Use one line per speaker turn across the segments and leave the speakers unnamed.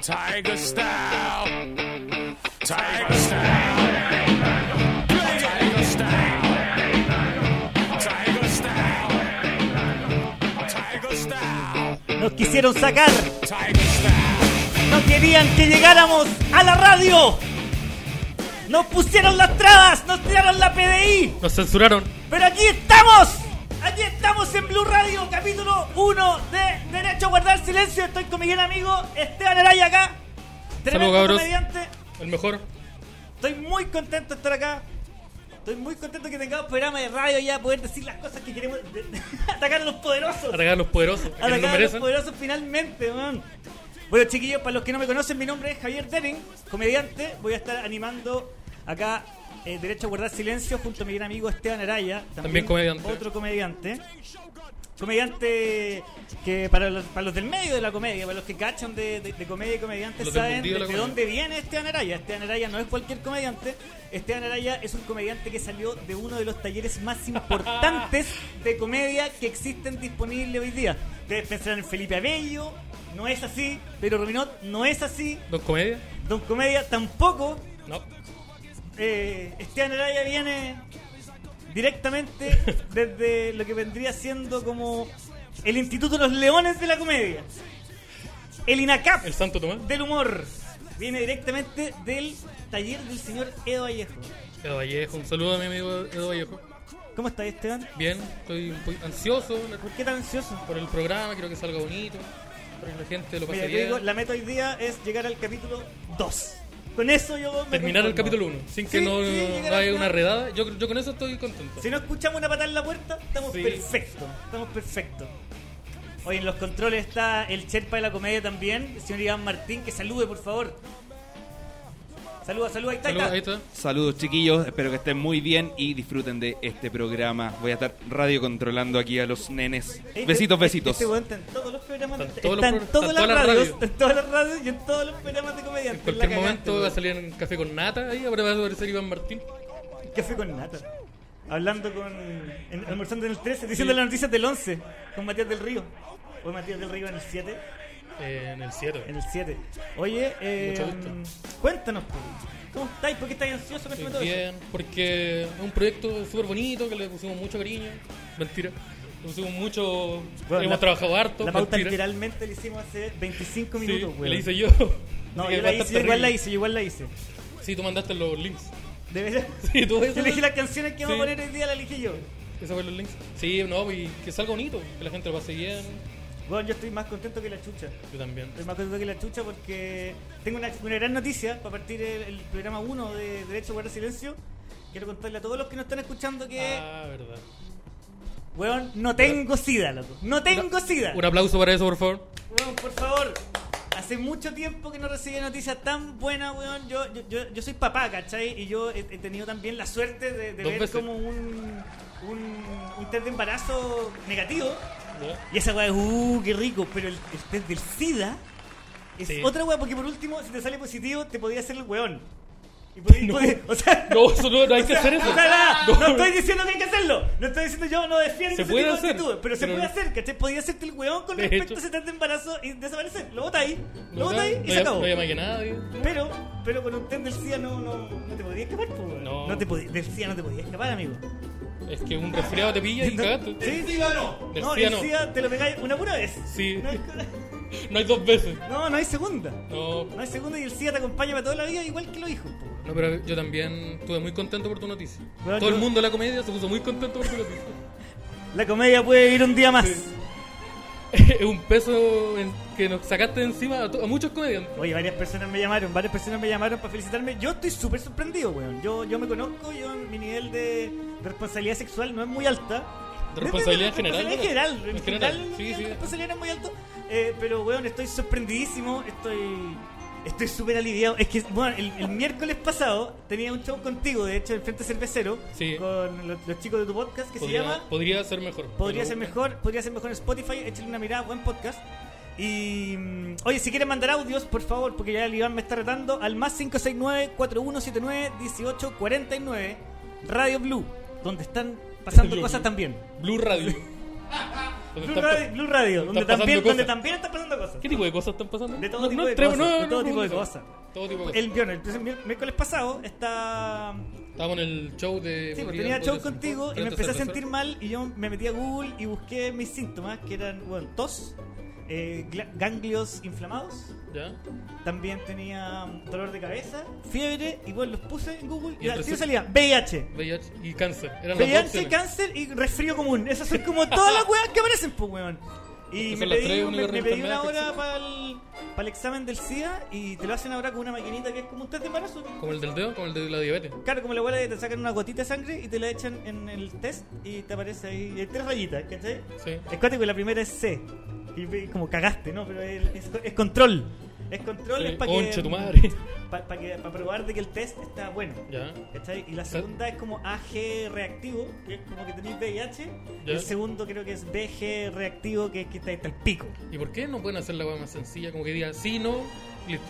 Tiger style. Tiger style. Tiger style. Tiger style. Tiger style.
Nos quisieron sacar.
Tiger style.
No querían que llegáramos a la radio. Nos pusieron las trabas. Nos tiraron la PDI.
Nos censuraron.
Pero aquí estamos. Aquí estamos en Blue Radio, capítulo 1 de Derecho a Guardar Silencio. Estoy con mi gran amigo Esteban Araya acá. Tremendo
cabros.
comediante.
El mejor.
Estoy muy contento de estar acá. Estoy muy contento que tengamos programa de radio ya, poder decir las cosas que queremos. de- atacar a los poderosos.
Atacar a los poderosos. A quienes lo
Atacar a los
merecen.
poderosos finalmente, weón. Bueno, chiquillos, para los que no me conocen, mi nombre es Javier Denning, comediante. Voy a estar animando acá eh, Derecho a Guardar Silencio junto a mi gran amigo Esteban Araya. También,
También comediante.
Otro comediante. Comediante que para los, para los del medio de la comedia, para los que cachan de, de- de comedia y comediantes,
Los del
saben de,
mundillo de la
de
comedia.
dónde viene Esteban Araya. Esteban Araya no es cualquier comediante. Esteban Araya es un comediante que salió de uno de los talleres más importantes de comedia que existen disponibles hoy día. Ustedes pensarán en Felipe Abello, no es así. Pedro Ruminot, no es así.
Dos comedias.
Don Comedia, tampoco.
No.
Eh, Esteban Araya viene directamente desde lo que vendría siendo como el Instituto de los Leones de la Comedia. El INACAP
El Santo Tomás.
del Humor. Viene directamente del taller del señor Edo Vallejo.
Edo Vallejo. Un saludo a mi amigo Edo Vallejo.
¿Cómo estás, Esteban?
Bien. Estoy un poquito ansioso
¿Por qué tan ansioso?
por el programa. Quiero que salga bonito. Para que la gente lo
Mira,
pase
yo digo,
bien.
la meta hoy día es llegar al capítulo 2. Con eso yo me
Terminar el
conformo.
capítulo 1. Sin que
Sí,
no,
sí,
no
llegar al
haya
final.
una redada. Yo, yo con eso estoy contento.
Si no escuchamos una patada en la puerta, estamos
Sí.
perfectos. Estamos perfectos. Hoy en los controles está el Cherpa de la comedia también, el señor Iván Martín, que salude, por favor. Saluda, saluda, ahí está.
Saludos. Ahí
ahí está.
está.
Saludos chiquillos, espero que estén muy bien y disfruten de este programa. Voy a estar radio controlando aquí a los nenes.
Este-
Besitos, besitos.
Este weón está en todos los programas.
Está en
Está
todos los
en
pro-
todas
está en
las
todas las
radios.
radios.
Está en todas las radios y en todos los programas de comediantes.
En cualquier
La cagaste,
momento va a
weón.
salir en Café con Nata. Ahí ahora va a aparecer Iván Martín.
Café con nata. Hablando con. en- almorzando en el 13, diciendo las noticias del 11, con Matías del Río. Hoy Matías del Río en el 7.
eh, en el
En
7.
el 7. Oye, eh,
Mucho gusto.
cuéntanos, po. ¿cómo estáis? ¿Por qué estáis ansioso? Cuéntame todo
Estoy bien. Porque es un proyecto súper bonito que le pusimos mucho cariño. Mentira. Le pusimos mucho.
eso. Bueno,
hemos
la-
trabajado harto.
La pauta
mentira.
literalmente la hicimos hace 25
Sí,
minutos,
la
weón.
hice yo.
No,
Así que
yo
va
la
a estar
hice, yo igual la
terrible.
hice, yo igual la hice.
Sí, tú mandaste los links.
De veras.
Sí, tú eso.
Yo elegí las canciones que vamos a
Sí.
poner hoy día, la elegí yo.
¿Eso fue los links? Sí, no, y que salga bonito, que la gente lo pase bien.
Bueno, yo estoy más contento que la chucha.
Yo también.
Estoy más contento que la chucha porque tengo una, una gran noticia para partir el, el programa 1 de Derecho a Guardar Silencio. Quiero contarle a todos los que nos están escuchando que,
Ah, verdad.
weón, no tengo sida, loco. No tengo sida.
Un aplauso para eso, por favor.
Weón, por favor. Hace mucho tiempo que no recibía noticias tan buenas, weón. Yo, yo, yo, yo soy papá, ¿cachai? Y yo he, he tenido también la suerte de, de
Dos
ver
veces.
como un, un, un test de embarazo negativo.
Ya.
Y esa weá es, uh, qué rico. Pero el, el test del SIDA es
Sí.
otra weá, porque por último, si te sale positivo, te podía hacer el weón. Y podí- podí- o sea,
No, eso no, no hay que hacer eso.
o sea, nada,
No.
no. estoy diciendo que hay que hacerlo. No estoy diciendo yo no defiendo
Se
ese
puede
tipo de
hacer,
actitudes, pero se
pero
puede
no.
hacer, ¿cachai? Podía hacerte el weón con
De
respecto
hecho.
a ese tanto embarazo y desaparecer. Lo bota ahí, lo
No,
bota ahí y se
llama-
acabó.
No llama que nadie.
pero, pero con un test del CIA no, no, no te podías escapar, po, weón.
No.
te podías, del CIA no te podías escapar, amigo.
Es que un resfriado te pilla y
No,
cagaste.
¿Sí?
Del
No,
SIDA
el
no.
CIA te lo pegáis una pura vez.
Sí.
No hay,
No hay dos veces.
no, no hay segunda.
No.
No hay segunda y el CIA te acompaña para toda la vida, igual que los hijos, po.
No, pero yo también estuve muy contento por tu noticia.
Bueno,
Todo
yo-
el mundo de la comedia se puso muy contento por tu noticia.
La comedia puede vivir un día más.
Sí. es un peso en- que nos sacaste de encima a, to- a muchos comediantes.
Oye, varias personas me llamaron, varias personas me llamaron para felicitarme. Yo estoy súper sorprendido, weón. Yo, yo me conozco, yo mi nivel de responsabilidad sexual no es muy alta.
De responsabilidad en general,
Responsabilidad en general.
¿no?
En
En general,
general, mi
sí,
nivel
sí.
de responsabilidad no es muy alto. Eh, pero, weón, estoy sorprendidísimo. Estoy estoy súper aliviado. Es que, bueno, el, el miércoles pasado tenía un show contigo, de hecho, en Frente Cervecero.
Sí.
Con los, los chicos de tu podcast que
Podría,
se llama...
podría ser mejor.
Podría
Pero-
ser mejor, podría ser mejor en Spotify, échale una mirada, buen podcast. Y mm, oye, si quieren mandar audios, por favor, porque ya el Iván me está retando al más 569-4179-1849 Radio Blue, donde están pasando
Blue,
cosas
Blue.
también.
Blue Radio. Entonces,
Blue
están
Radio,
pa-
Blue Radio, donde
pasando
también,
cosas.
donde también están pasando cosas.
¿Qué tipo de cosas están pasando?
De todo
No-
tipo
no
de
entremos,
cosas,
no,
de
no,
todo
no,
tipo de
no.
cosas.
Todo tipo de cosas.
El viernes, el próximo miér- miércoles pasado, está
Estábamos en el show de.
Sí, pues
Rodrigo
tenía show
Cortés,
contigo y me
frente
empecé a
cervecero.
sentir mal y yo me metí a Google y busqué mis síntomas, que eran, bueno, tos, eh, gla- ganglios inflamados,
¿Ya?
también tenía mm, dolor de cabeza, fiebre, y bueno, los puse en Google
Y
y al tiro
entonces-
salía VIH.
VIH y cáncer. Eran las dos
VIH,
opciones.
cáncer y resfrío común. Esas son como todas las weas que aparecen, pues, weón. Y
Esas
me
son las
pedí,
tres
me-
únicas
me pedí una
enfermedades que
hora para el, examen del SIDA y te lo hacen ahora con una maquinita que es como un test de embarazo.
Como el del dedo, como el de la diabetes.
Claro, como la abuela que te sacan una gotita de sangre y te la echan en el test y te aparece ahí. y hay tres rayitas, ¿cachai?
Sí.
Es cuático y la primera es C. Y ve- como cagaste, ¿no? Pero es, es- es control. Es control,
Sí,
es para
concha
que.
tu madre.
Para probar de que el test está bueno.
Ya.
¿Cachai? Y la segunda es como AG reactivo, que es como que tenéis VIH. Y
Ya.
el segundo creo que es BG reactivo, que es que está hasta el pico.
¿Y por qué no pueden hacer la weá más sencilla? Como que diga sí, no, listo.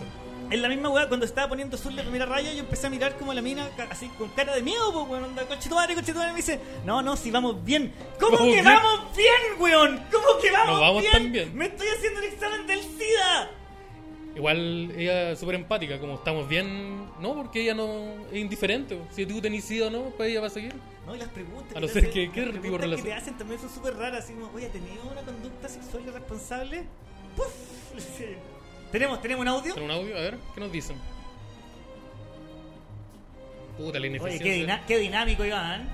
En la misma weá, cuando estaba poniendo azul la primera raya, yo empecé a mirar como a la mina, ca- así con cara de miedo, pues, weón. Onda, coche tu madre, coche tu madre. Me dice, no, no, si vamos bien. ¿Cómo
Vamos
que
bien.
vamos bien, weón? ¿Cómo que vamos,
No vamos tan bien.
Me estoy haciendo el examen del SIDA.
Igual ella es súper empática, como estamos bien, no, porque ella no es indiferente. Si tú tenés sida o no, pues ella va a seguir.
No, y las preguntas
A
que
no
te
ser
hacen-
que- ¿qué
las
tipo de
preguntas
relación?
que te hacen también son súper raras, así como, oye, ¿tenías una conducta sexual irresponsable? ¡Puf! Sí. Tenemos, tenemos un audio.
¿Tenemos un audio? A ver, ¿qué nos dicen? Puta,
Oye,
la ineficiencia.
qué, dina- qué dinámico, Iván.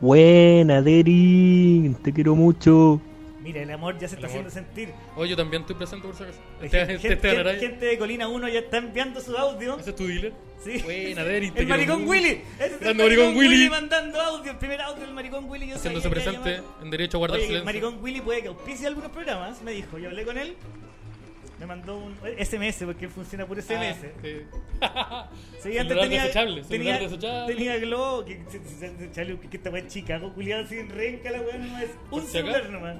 Buena, Derin, te quiero mucho.
Mira, el amor ya se
El
está
amor.
haciendo sentir.
Oye, yo también estoy presente por si acaso.
Gen-
Este, este,
gen-
este
gen-
Araya.
gente de Colina 1 ya está enviando su audio.
¿Ese es tu dealer?
Sí.
Buena, Dery, te
El
quiero
maricón
mucho.
Willy. Ese es el
Dando maricón
maricón Willy
Willy.
mandando audio. El primer audio del maricón Willy. Yo
Haciéndose
sabía que iba a
presente
llamar.
en derecho a guardar
Oye, el
silencio.
maricón Willy puede que auspicie algunos programas, me dijo. Yo hablé con él. Me mandó un eh, SMS porque funciona por
Ah,
SMS.
sí.
Sí,
Celular
antes tenía,
desechable,
tenía,
celular desechable.
tenía Globo, que, se- se- se- desechable, que, que esta weá chica, con culiado sin renca la weá nomás,
Por
un
si
celular
acaso.
nomás.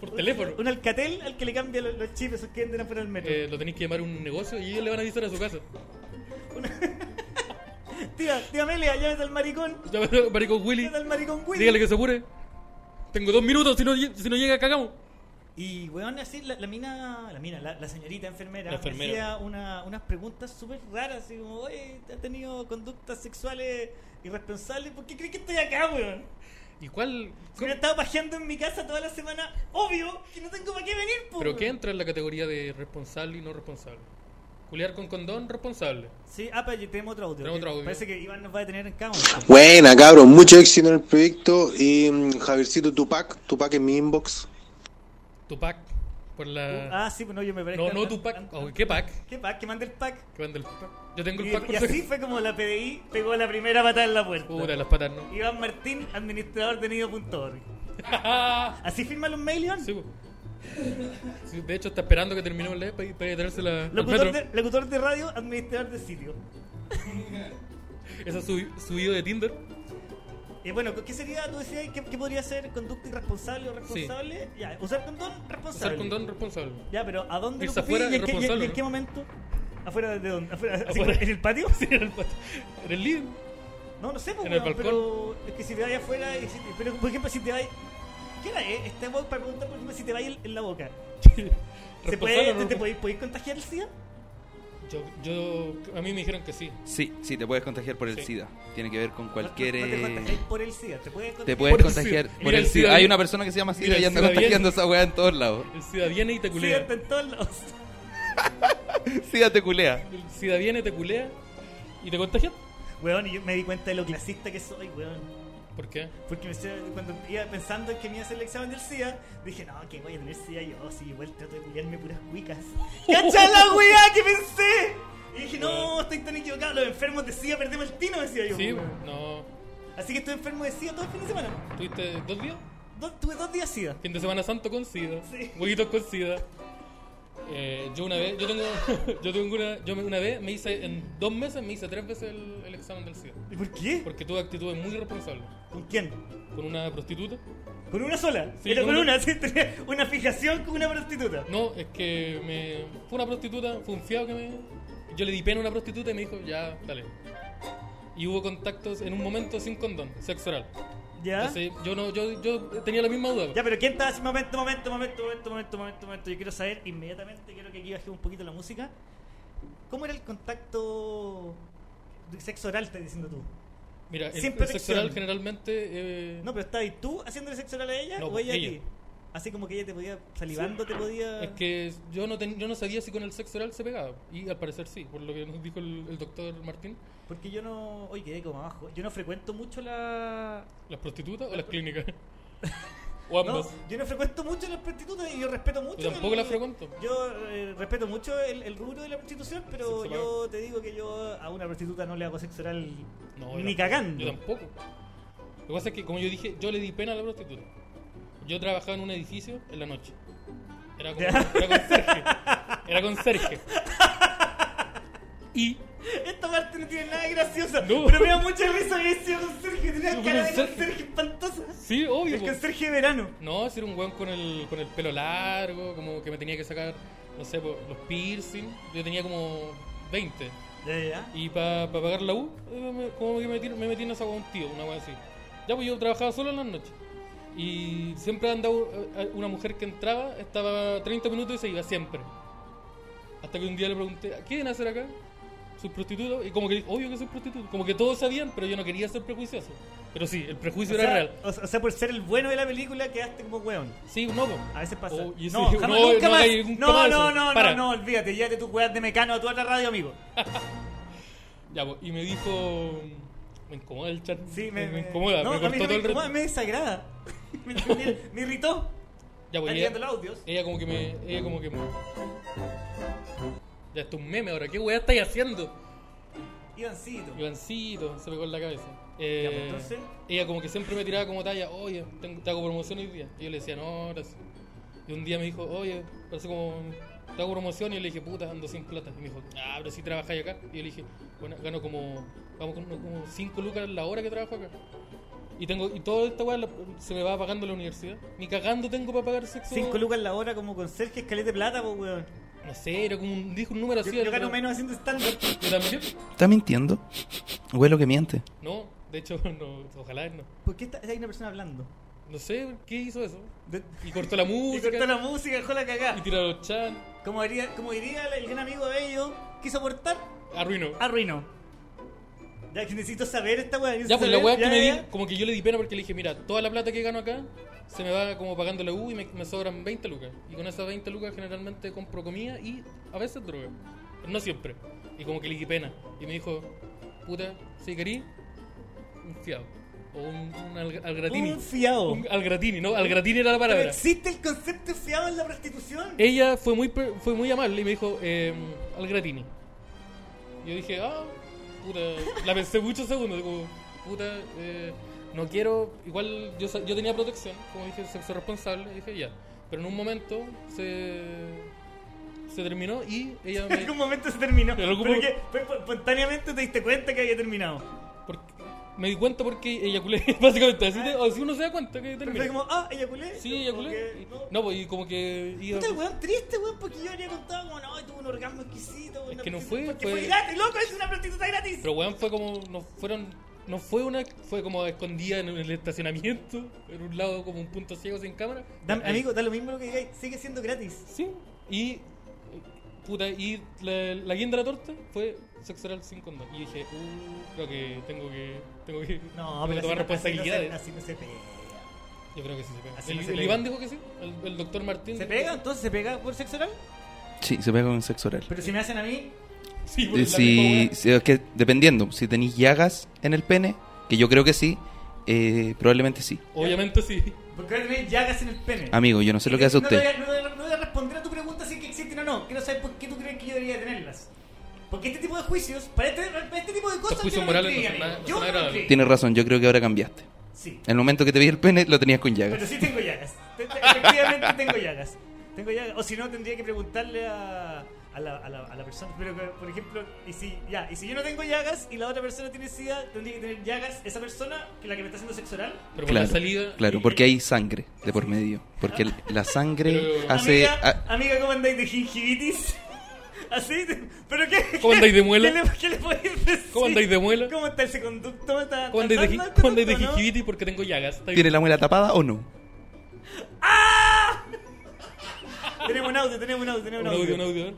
Por teléfono.
Un alcatel al que le cambia los, los chips, esos que venden afuera del metro.
Eh, lo tenéis que llamar a un negocio y ellos le van a avisar a su casa.
Tía, tía Amelia, llámese al maricón,
Llámate a Maricón Willy.
llámese al maricón Willy.
Dígale que se apure. Tengo dos minutos, si no, lle- si no llega, cagamos.
Y weón, así la, la mina, la mina, la, la señorita enfermera,
La enfermera.
hacía una- unas preguntas súper raras, así como, oye, ¿has tenido conductas sexuales irresponsables? ¿Por qué crees que estoy acá, weón?
¿Y cuál?
Si hubiera estado pajeando en mi casa toda la semana, obvio que no tengo para qué venir, po,
¿Pero
weón.
qué entra en la categoría de responsable y no responsable? Culear con condón, responsable.
Sí, ah, pero tenemos otro audio.
Tenemos
que
otro audio.
Parece que Iván nos va a detener en cámara.
Buena, cabrón, mucho éxito en el proyecto y mm, Javiercito Tupac, Tupac en mi inbox.
Tupac. Por la...
ah, sí, pues no, yo me parezco.
no,
al-
no
al-
Tupac.
al-
Oh, ¿Qué pack?
¿Qué pack? Que mande el pack.
Que manda el pack. Yo tengo
Y,
el pack por
y
si
así fue como la PDI pegó la primera patada en la puerta.
Puta, las patas, ¿no?
Iván Martín, administrador de nido.org. ¿Así firman los mail, Iván?
Sí, pues, po. Sí, de hecho, está esperando que terminemos la para para traerse la al
Locutor
metro.
de, locutor de radio, administrador de sitio.
Esa subi- subido de Tinder.
Y Eh, bueno, ¿qué sería, tú decías, qué, qué podría ser conducta irresponsable o responsable? Ya, usar condón responsable.
Usar condón responsable.
Ya, pero ¿a dónde
Irse
lo ocupé
afuera
y en, qué, y en-
irresponsable,
y en qué
¿no?
momento? ¿Afuera de dónde? ¿Afuera, así
Afuera.
como ¿En el patio?
Sí, en el patio. En el living.
No, no sé, pues,
En el
weón, pero
balcón.
es que si te vas afuera, y si- pero por ejemplo, si te vas. ¿Qué era? Eh? Esta voz para preguntar, por ejemplo, si te vas en, en la boca. ¿Se
Responsable
puede,
o
te,
no
te podéis, podéis contagiar el SIDA?
Yo, yo, a mí me dijeron que sí.
Sí, sí, te puedes contagiar por el
Sí.
SIDA. Tiene que ver con cualquier.
No, no te
eh,
contagiáis por el SIDA, te puedes contagiar.
te puedes
Por el
contagiar
SIDA.
por
Mira
el
el SIDA
SIDA. Hay
bien.
una persona que se llama
Mira
SIDA
el
y anda
SIDA bien.
contagiando esa weá en todos lados.
El SIDA viene y te culea.
SIDA en todos lados.
SIDA te culea.
El SIDA viene, te culea y te contagia.
Weón, y yo me di cuenta de lo clasista que soy, weón.
¿Por qué?
Porque me decía- cuando iba pensando en que me iba a hacer el examen del SIDA, dije, no, que voy a tener SIDA yo, sí, igual trato de culiarme puras cuicas. ¡Cacha la weá que pensé! Y dije, no, estoy tan equivocado, los enfermos de SIDA perdemos el tino, decía yo.
Sí, no.
Así que estoy enfermo de SIDA todo el fin de semana.
¿Tuviste dos días?
Do- tuve dos días SIDA.
Fin de semana santo con SIDA.
Sí.
Huevitos con SIDA. Eh, yo una vez, yo tengo, yo tengo una, yo me- una vez me hice, en dos meses me hice tres veces el, el examen del SIDA.
¿Y por qué?
Porque tuve actitudes muy irresponsables.
¿Con quién?
Con una prostituta.
¿Con una sola?
Sí,
Era
con
con
una.
una, sí, tenía una fijación con una prostituta.
No, es que me, fue una prostituta, fue un fiado que me... Yo le di pena a una prostituta y me dijo, ya, dale. Y hubo contactos en un momento sin condón, sexo oral.
¿Ya?
Entonces, yo, no, yo, yo tenía la misma duda.
¿Ah? Ya, pero ¿quién estaba así? Momento, momento, momento, momento, momento, momento, momento. Yo quiero saber inmediatamente, quiero que aquí bajemos un poquito la música. ¿Cómo era el contacto de sexo oral, estás diciendo tú?
Mira, el,
sin
el
protección.
sexo oral generalmente... eh,
No, pero ¿estabas tú haciéndole sexo oral a ella
No, pues,
o ella, a
ella.
ti? Así como que ella te podía, salivando te podía...
Es que yo no, ten- yo no sabía si con el sexo oral se pegaba. Y al parecer sí, por lo que nos dijo el, el doctor Martín.
Porque yo no... Oye, quedé como abajo. Yo no frecuento mucho la...
¿Las prostitutas o las clínicas? o ambas.
No, yo no frecuento mucho las prostitutas y yo respeto mucho.
Yo tampoco
el-
las frecuento.
Yo eh, respeto mucho el, el rubro de la prostitución, pero
sexo
yo te digo que yo a una prostituta no le hago sexo oral
No, yo
ni
tampoco.
cagando.
Yo tampoco. Lo que pasa es que, como yo dije, yo le di pena a la prostituta. Yo trabajaba en un edificio en la noche. Era, como, era conserje. Era conserje. Y
Esta parte no tiene nada de graciosa,
No.
pero me da mucha risa que ese conserje tenía
Sí,
cara
un
de
conserje.
conserje espantosa.
sí, obvio.
El
po.
conserje de verano.
No, ese era un weón con el, con el pelo largo, como que me tenía que sacar, no sé, po, los piercing. Yo tenía como 20.
Ya, ya, ya.
Y para pagar la U, eh, me- como que me metí, me metí en esa con un tío, una cosa así. Ya, pues yo trabajaba solo en las noches. Y siempre andaba eh, una mujer que entraba, estaba 30 minutos y se iba siempre. Hasta que un día le pregunté, ¿qué vienen a hacer acá? ¿Soy prostituto? Y como que dijo, obvio que soy prostituto. Como que todos sabían, pero yo no quería ser prejuicioso. Pero sí, el prejuicio
o,
era
sea,
real.
o sea- o sea, por ser el bueno de la película quedaste como weón.
Sí, no, po.
A veces pasa.
Oh, y ese-
no, jamás,
no,
nunca
no
más.
hay nunca
No,
más
no,
eso.
no, no,
Para.
no, olvídate. Llévate tus weas de mecano a tu otra radio, amigo.
Ya, po, y me dijo. Me incomoda el chat.
Sí, me, me-
incomoda,
no,
me
a mí
cortó
no
todo
me
el rato.
incomoda, me desagrada. me, me- me irritó.
Ya, pues,
Están
ella,
llegando los audios.
ella como que me. Ella como que me. Ya, esto es un meme ahora. ¿Qué weá estáis haciendo?
Ivancito.
Ivancito, se pegó en la cabeza.
Ya,
Eh,
pues, entonces.
Ella como que siempre me tiraba como talla, oye, tengo, te hago promoción hoy día. Y yo le decía, no, gracias. Y un día me dijo, oye, parece como. Te hago promoción. Y yo le dije, puta, ando sin plata. Y me dijo, ah, pero si trabajáis acá. Y yo le dije, bueno, gano como. Vamos con como 5 lucas la hora que trabajo acá. Y tengo y toda esta weá la- se me va pagando la universidad. Ni cagando tengo para pagar sexo.
5 lucas la hora como conserje, escalete de plata, pues weón.
No sé, era como un, dijo un número
Yo,
así.
yo
era
gano
como-
menos haciendo stand-up.
¿Yo también?
¿Está mintiendo? Huelo que miente.
No, de hecho, no, ojalá no.
¿Por qué está, hay una persona hablando?
No sé, ¿qué hizo eso?
De-
Y cortó la
y
música,
cortó la música, dejó la
y
cagada.
tiró los chan,
Como diría, como diría el gran amigo Bello, quiso aportar,
arruinó.
arruinó. Ya que necesito saber esta weá.
ya, pues la
saber,
weá que
ya,
me
ya.
di, como que yo le di pena porque le dije, mira, toda la plata que gano acá se me va como pagando la U y me, me sobran 20 lucas. Y con esas 20 lucas generalmente compro comida y a veces droga. Pero no siempre. Y como que le di pena. Y me dijo, puta, si querí, un fiado. O un, un al, algratini.
Un fiado.
Un algratini, ¿no? Algratini era la
Pero
palabra.
existe el concepto de fiado en la prostitución.
Ella fue muy, pre- fue muy amable y me dijo, eh, al gratini. Yo dije, ah, puta. La pensé muchos segundos, como, puta, eh, no quiero. Igual yo, sa- yo tenía protección, como dije, sexo responsable, dije, ya. Pero en un momento se. se terminó y ella
En
me.
algún momento se terminó.
En algún
Pero
momento-
que fue po- espontáneamente te diste cuenta que había terminado.
porque- me di cuenta porque eyaculé, básicamente. Así, te- así uno se da cuenta que
Pero fue
terminó.
como, ah, eyaculé.
Sí,
Como
eyaculé.
que,
y-
no.
No, pues, y como que. iba-
Puta, el weón triste, weón, porque yo habría contado como, no, tuve un orgasmo exquisito. una
que no
prostituta-
fue,
Porque
fue-
fue gratis, loco, es una prostituta gratis.
Pero weón fue como. No fueron. No fue una. Fue como escondida en el estacionamiento. En un lado como un punto ciego sin cámara.
Da-
Ahí.
amigo, da lo mismo lo que digáis, sigue siendo gratis.
Sí. Y. eh, Puta, y la, la guinda de la torta fue sexo oral sin condón. Y dije, uh, creo que tengo que. Tengo que. tengo
No,
que
pero así no- así
tomar
no se-
responsabilidades.
Así no se pega.
Yo creo que sí se pega.
así
el
no se
el
pega.
Iván dijo que sí. El, el doctor Martín.
¿Se
dijo
pega?
que
Entonces se pega por sexo oral.
Sí, se pega con sexo oral.
Pero si me hacen a mí,
Sí, Sí, por
Eh,
la
Si,
misma
si- es que dependiendo, si tenéis llagas en el pene, que yo creo que sí, eh, probablemente sí.
weá. Obviamente sí.
porque voy a tener llagas en el pene.
Amigo, yo no sé lo que hace
Eh, no te
usted.
voy a- No voy a- no voy a responder a tu pregunta si es que existen o no. Quiero saber por qué tú crees que yo debería tenerlas. Porque este tipo de juicios, para este, para este tipo de cosas, yo
juicios
no
morales
los
no
creía,
son nada-
amigo.
no
Yo no
son
los
agradables.
creía.
Tienes razón, yo creo que ahora cambiaste.
Sí,
El momento que te vi el pene lo tenías con
pero
llagas.
sí tengo llagas. Te- te- Efectivamente tengo llagas. Tengo llagas. O si no, tendría que preguntarle a, a, la, a, la, a la persona. Pero, que, por ejemplo, y si, ya, y si yo no tengo llagas y la otra persona tiene sida, tendría que tener llagas esa persona que la que me está haciendo sexo oral.
Pero por la
Claro,
salida.
claro, porque hay sangre de por medio. Porque el- la sangre
Pero-
hace...
ah.
Amiga,
a-
amiga, ¿cómo andáis de gingivitis? Así, de- pero qué.
¿Cómo andáis de muela?
¿Qué le, qué le podéis decir?
¿Cómo andáis de muela?
¿Cómo está ese conducto? ¿Está,
¿Cuándo
está
hay de,
andando el
¿cuándo hay de
conducto, no?
gingivitis? Porque tengo llagas. Está bien.
¿Tiene la muela tapada o no?
Tenemos un audio, tenemos un audio, tenemos
Un
un audio.
audio, un audio.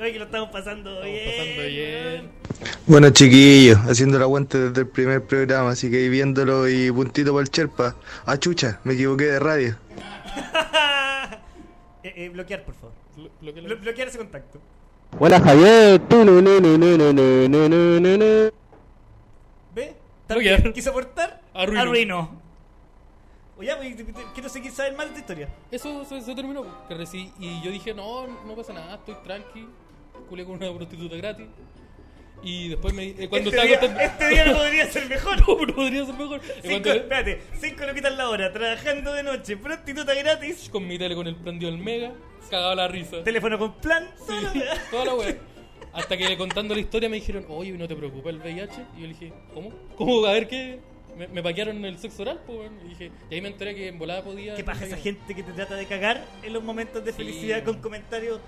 Ay, que lo estamos pasando
Estamos
bien.
pasando bien.
weón.
Bueno, chiquillos, haciendo el aguante desde el primer programa, así que ahí viéndolo y puntito para el Cherpa. Ah, chucha, me equivoqué de radio.
Eh, eh, bloquear, por favor.
Blo- bloquea la-
Blo- bloquear ese contacto.
Hola Javier. Tu, nu, nu, nu, nu, nu, nu, nu, nu, nu, nu.
¿Ve?
Bloquear.
También quiso aportar.
Arruinó.
Arruinó. Oye, pues, te- te- quiero seguir saber más de esta historia.
Eso se, se terminó. po. Que reci- y yo dije, no, no pasa nada, estoy tranqui. Culé con una prostituta gratis. Y después me. eh, cuando
este,
estaba
día, este día no podría ser mejor.
no, podría ser mejor. Eh,
Cinco,
cuando-
espérate, cinco loquitas la hora, trabajando de noche, prostituta gratis,
con mi tele con el prendido del mega, cagaba la risa.
teléfono con plan, solo.
Toda la wea. Hasta que contando la historia me dijeron, oye, ¿no te preocupa el VIH? Y yo le dije, ¿cómo? ¿Cómo? A ver qué. Me, me paquearon el sexo oral, pues, weón. Y dije, y ahí me enteré que en volada podía.
¿Qué pasa esa gente que te trata de cagar en los momentos de
Sí.
felicidad con comentarios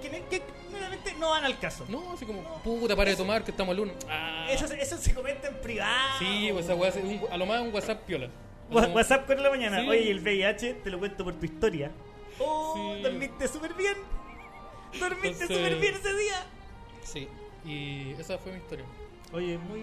que, que realmente no van al caso?
No, así como, puta, para de tomar, que estamos al uno. Ah.
Eso, se- eso se comenta en privado.
Sí, pues esa weá, es un- a lo más un WhatsApp piola.
Wha-
Como-
WhatsApp con la mañana.
Sí.
Oye, y el VIH te lo cuento por tu historia. Oh,
Sí.
dormiste súper bien. Dormiste
Entonces-
súper bien ese día.
Sí, y esa fue mi historia.
Oye, muy.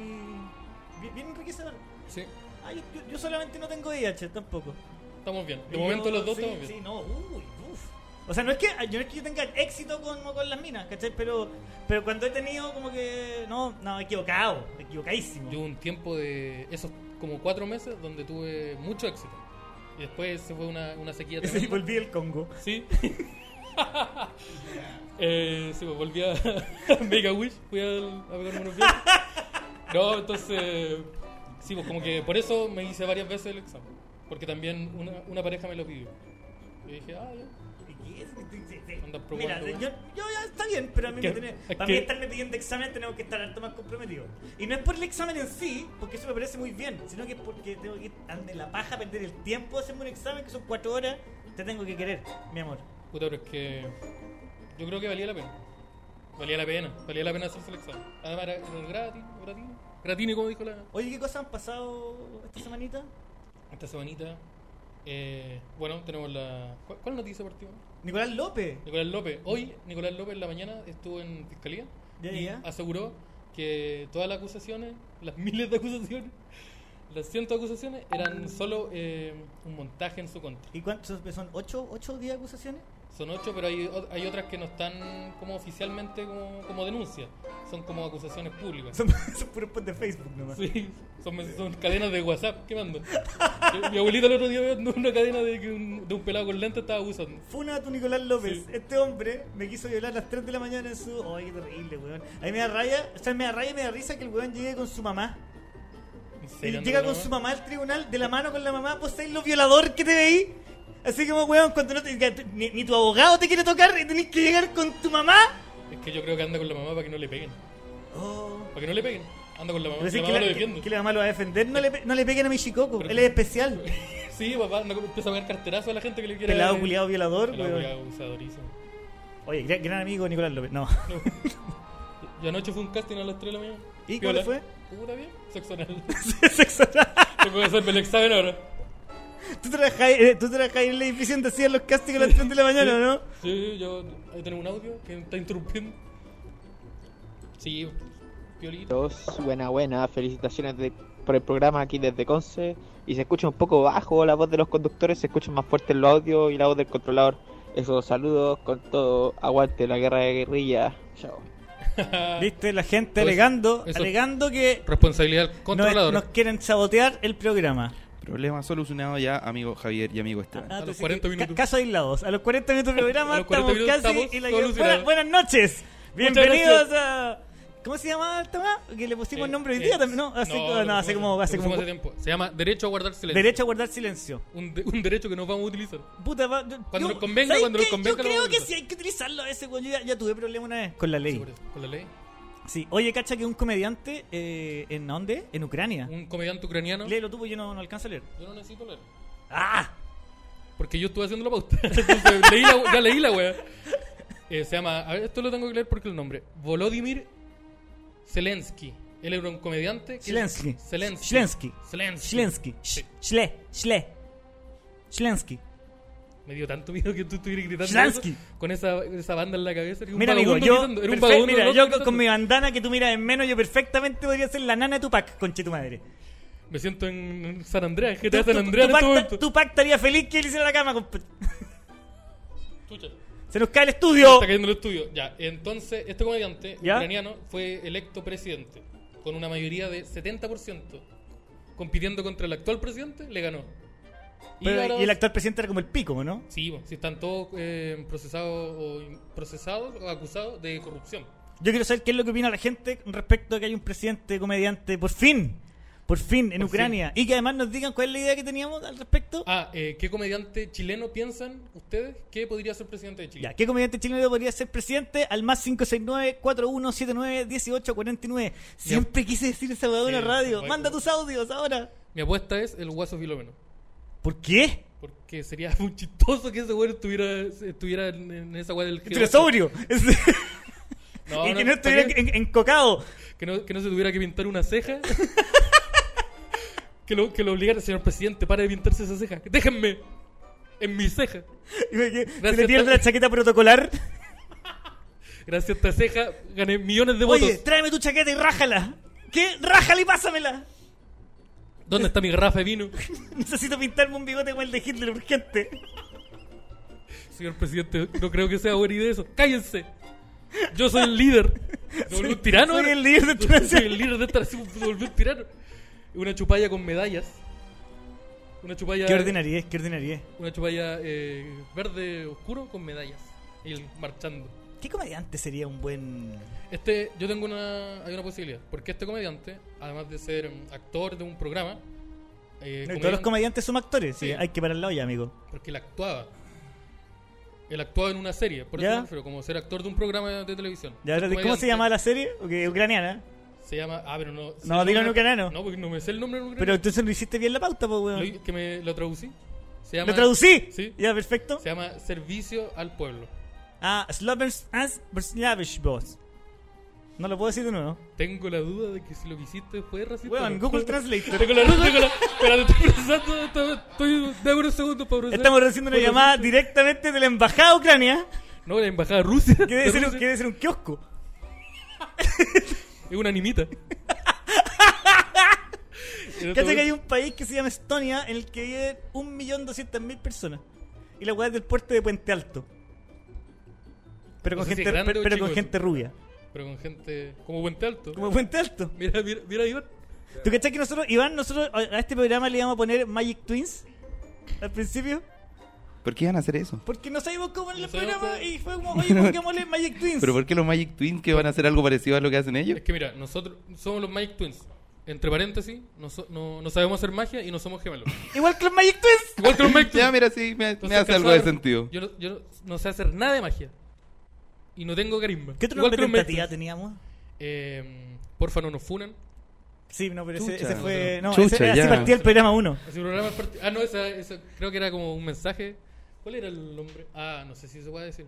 Bien, bien enriquecedor.
Sí,
Ay, yo, yo solamente no tengo VIH tampoco.
estamos bien. De
Yo-
momento los dos
sí,
estamos bien.
Sí, no, uy, uff. O sea, no es que yo, no es que yo tenga éxito con, con las minas, ¿cachai? Pero, pero cuando he tenido como que. No, no, equivocado, equivocadísimo.
Yo hubo un tiempo de esos como cuatro meses donde tuve mucho éxito. Y después se fue una, una sequía
Sí,
tremenda.
volví del Congo.
Sí. eh, sí, pues volví a Mega Wish, fui al, a pegarme unos pies. No, entonces. Sí, pues como que por eso me hice varias veces el examen. Porque también una, una pareja me lo pidió. Y dije, ah, ya.
¿Qué es?
Andas
Mira,
probando,
yo,
weón.
yo ya está bien, pero a mí
Es
me
que-
tiene,
es
para mí
que-
estarme pidiendo examen tenemos que estar harto más comprometidos. Y no es por el examen en sí, porque eso me parece muy bien, sino que es porque tengo que andar de la paja, perder el tiempo de hacerme un examen que son cuatro horas. Te tengo que querer, mi amor.
Puta, pero es que. Yo creo que valía la pena. Valía la pena, valía la pena hacerse el examen. Además, era, era gratis, gratis. Gratis, como dijo la.
Oye, ¿qué cosas han pasado esta semanita?
Esta semanita. Eh, bueno, tenemos la. ¿Cuál, cuál noticia partió?
Nicolás López.
Nicolás López. Hoy, Nicolás López en la mañana estuvo en fiscalía
Ya,
y
ya.
aseguró que todas las acusaciones, las miles de acusaciones, las cientos de acusaciones, eran solo eh, un montaje en su contra.
¿Y cuántos son? ¿Ocho, ocho o diez acusaciones?
Son ocho, pero hay, o- hay otras que no están como oficialmente como, como denuncias. Son como acusaciones públicas.
Son, son puros posts de Facebook nomás.
Sí, son, mes- son cadenas de WhatsApp que mando. Mi- Mi abuelita el otro día vio una cadena de, que un, de un pelado con lente estaba abusando.
Funa a tu Nicolás López.
Sí.
Este hombre me quiso violar a las 3 de la mañana en su. Ay, qué terrible, weón. A mí me da raya, o sea, me da raya y me da risa que el weón llegue con su mamá.
¿En serio,
Él llega
Andrés,
con
no?
su mamá al tribunal, de la mano con la mamá, vos sabés lo violador que te veí. Así como, weón, cuando no te. Ni, ni tu abogado te quiere tocar y tenés que llegar con tu mamá.
Es que yo creo que anda con la mamá para que no le peguen.
Oh.
Para que no le peguen. Anda con la mamá.
Pero si es
La mamá
que,
lo
la,
defiende.
que- que la mamá lo va a defender, no le, pe- no le peguen a mi chicoco,
Pero-
él es especial.
Sí, papá, anda, con- empieza a pegar carterazo a la gente que le quiere.
Pelado, culiado, violador,
Pelado,
weón.
culiao, abusadorísimo.
Oye, gran, gran amigo Nicolás López. No.
Yo anoche fue un casting a las 3 de la mañana.
¿Y cómo
Piola.
le fue?
Puta bien, sexo anal.
Sexo oral.
Tengo que hacerme el examen ahora.
Tú trabajás eh, tú trabajás en el edificio donde hacían los castings a las 3 de la mañana, ¿no?
Sí, yo. Ahí tenemos un audio que está interrumpiendo. Sí, piolito.
Dos, buena, buena, felicitaciones de- por el programa aquí desde Conce. Y se escucha un poco bajo la voz de los conductores, se escucha más fuerte el audio y la voz del controlador. Esos saludos con todo, aguante la guerra de guerrilla. Chao.
Viste, la gente
Todo Ah. eso-
alegando,
eso.
alegando que
Responsabilidad del
nos,
controlador.
nos quieren sabotear el programa.
Problema solucionado ya, amigo Javier y amigo Esteban.
Ah,
los
tú sí
40
que-
minutos.
ca- Casos aislados. A los 40 minutos del programa
A los 40
estamos
minutos
casi
estamos
y la
solucionados.
buenas, buenas noches.
Muchas
Bienvenidos a. ¿Cómo se llama el tema? Que le pusimos
Eh,
nombre hoy
eh,
día también, ¿no? Así, no,
lo pusimos-
hace como.
lo
Hace como
pusimos hace tiempo. Se llama Derecho a guardar silencio.
derecho a guardar silencio.
Un, de- un derecho que no vamos a utilizar.
Puta, va- yo- yo-
Cuando nos convenga,
¿sabes
cuando nos
qué?
convenga
Yo
lo
creo
vamos a
que sí
usar.
hay que utilizarlo a veces, weón. Yo ya, ya tuve problema una vez con la ley.
Sí, por eso, Con la ley.
Sí, oye, cacha que un comediante eh, en dónde? En Ucrania.
Un comediante ucraniano.
Léelo tú, porque yo no, no alcanzo a leer.
Yo no necesito leer.
¡Ah!
Porque yo estuve haciendo la pauta. Entonces, leí la, ya leí la wea. Eh, se llama, a ver, esto lo tengo que leer porque el nombre. Volodymyr Zelensky. Él era un comediante. que-
Zelensky.
Zelensky.
Zelensky.
Zelensky.
Shlensky.
Sí.
Shle. Shle. Shlensky.
Me dio tanto miedo que tú estuvieras gritando.
Zelensky.
eso, Con esa, esa banda en la cabeza. Era un
Mira, amigo,
vagabundo
yo,
gritando, era un
perfect-
vagabundo
mira,
rock
yo
gritando.
con mi bandana que tú miras en menos, yo perfectamente podría ser la nana de Tupac, conche tu madre.
Me siento en San Andreas, GTA San Andreas en este
Tupac,
momento.
Tupac estaría feliz que él hiciera la cama, compa-
Chucha,
Se nos cae el estudio.
Está cayendo el estudio. Ya, entonces, este comediante
¿Ya?
ucraniano fue electo presidente con una mayoría de 70%. Compitiendo contra el actual presidente, le ganó. Y
Pero-
ahora-
y el actual presidente era como el pico, ¿no?
Sí, bueno, si están todos eh, procesados o in- procesados o acusados de corrupción.
Yo quiero saber qué es lo que opina la gente respecto a que hay un presidente comediante, por fin, por fin, en
Por
Ucrania. Y que además nos digan cuál es la idea que teníamos al respecto.
Ah, eh, ¿qué comediante chileno piensan ustedes que podría ser presidente de Chile?
Ya, ¿qué comediante chileno podría ser presidente? Al más 569-4179-1849. Siempre quise decir esa hueá de la
Sí,
radio.
bueno.
Manda tus audios ahora.
Mi apuesta es el Guaso Filómeno.
¿Por qué?
Porque sería muy chistoso que ese güey estuviera, estuviera en, en esa güey del
Pero Este sobrio.
No,
y
no,
que no estuviera
¿para qué?
en- encocado.
Que no, que no se tuviera que pintar una ceja. que, lo, que lo obligara, señor presidente, para de pintarse esa ceja. Déjenme en mi ceja.
Y que Se le
Gracias,
pierde
tal-
la chaqueta protocolar.
Gracias a esta ceja gané millones de votos.
Oye, tráeme tu chaqueta y rájala. ¿Qué? Rájala y pásamela.
¿Dónde está mi garrafa de vino?
Necesito pintarme un bigote como el de Hitler urgente.
Señor presidente, no creo que sea buena idea eso. ¡Cállense! Yo soy el líder. Se volvió un tirano.
soy
ahora.
el líder de esta nación.
Soy el líder de esta nación. Se volvió un tirano. Una chupalla con medallas. Una chupalla.
Qué ordinariedad, qué ordinariedad.
Una chupalla eh, verde oscuro con medallas. Y él marchando.
¿Qué comediante sería un buen.
Este, yo tengo una. Hay una posibilidad. Porque este comediante, además de ser um, actor de un programa. eh,
No, Todos los
comediante-
comediantes son actores, sí.
Sí.
Hay que pararla hoy, amigo.
Porque él actuaba. Él actuaba en una serie, por eso
¿Ya?
me refiero, como ser actor de un programa de televisión.
¿Y ahora, ¿Cómo
Ser
se
comediante.
llama la serie? Ok, ucraniana.
Se llama. Ah, pero no.
No, dilo en ucraniano.
No, porque no me sé el nombre en
Pero
ucraniano.
entonces no hiciste bien la pauta, pues, weón.
Lo- que me lo traducí. Se llama.
¿Lo traducí?
Sí.
Ya, perfecto.
Se llama Servicio al Pueblo.
Ah, Slobbers as Berslavish Boss. No lo puedo decir de nuevo.
Tengo la duda de que si lo que hiciste fue racista.
Weón,
¿no?
Google Translate.
Tengo la duda, tengo la. Espérate, estoy procesando. estoy- Estoy. Dame unos segundos para procesar.
Estamos haciendo una
Para
llamada
procesar.
directamente de la embajada ucrania.
No, la embajada rusa.
Que debe
de
ser un,
Rusia.
que debe ser un kiosco.
Es una animita.
Cacha que hay un país que se llama Estonia en el que viven 1.200.000 personas. Y la weá es del puerto de Puente Alto. Pero
No
con,
sé si
gente,
es grande
pero,
o
pero
chico
con
eso.
gente rubia.
Pero con gente como Puente Alto.
Como Puente Alto.
Mira, mira, mira, Iván.
¿Tú cachás que nosotros, Iván, nosotros a a este programa le íbamos a poner Magic Twins al principio?
¿Por qué van a hacer eso?
Porque no sabíamos cómo poner el
No sabíamos
programa
cómo.
y fue como, oye, pongámosle Magic Twins.
¿Pero por qué los Magic Twins que van a hacer algo parecido a lo que hacen ellos?
Es que mira, nosotros somos los Magic Twins. Entre paréntesis, no, so- no, no sabemos hacer magia y no somos gemelos.
Igual que los Magic Twins.
Igual que los Magic Twins.
Ya, mira, sí, me, me
Entonces,
hace algo de
cazador,
sentido.
Yo, no- yo no- no sé hacer nada de magia. Y no tengo carisma.
¿Qué otro
Igual
nombre
que los Magic
tentativa
Twins.
teníamos?
Eh, porfa, no nos funan.
Sí, no, pero ese,
Chucha.
ese fue. No,
Chucha,
ese, así
ya.
partía el programa 1.
Así un programa aparte- Ah, no, esa, esa- creo que era como un mensaje. ¿Cuál era el nombre? Ah, no sé si se puede decir.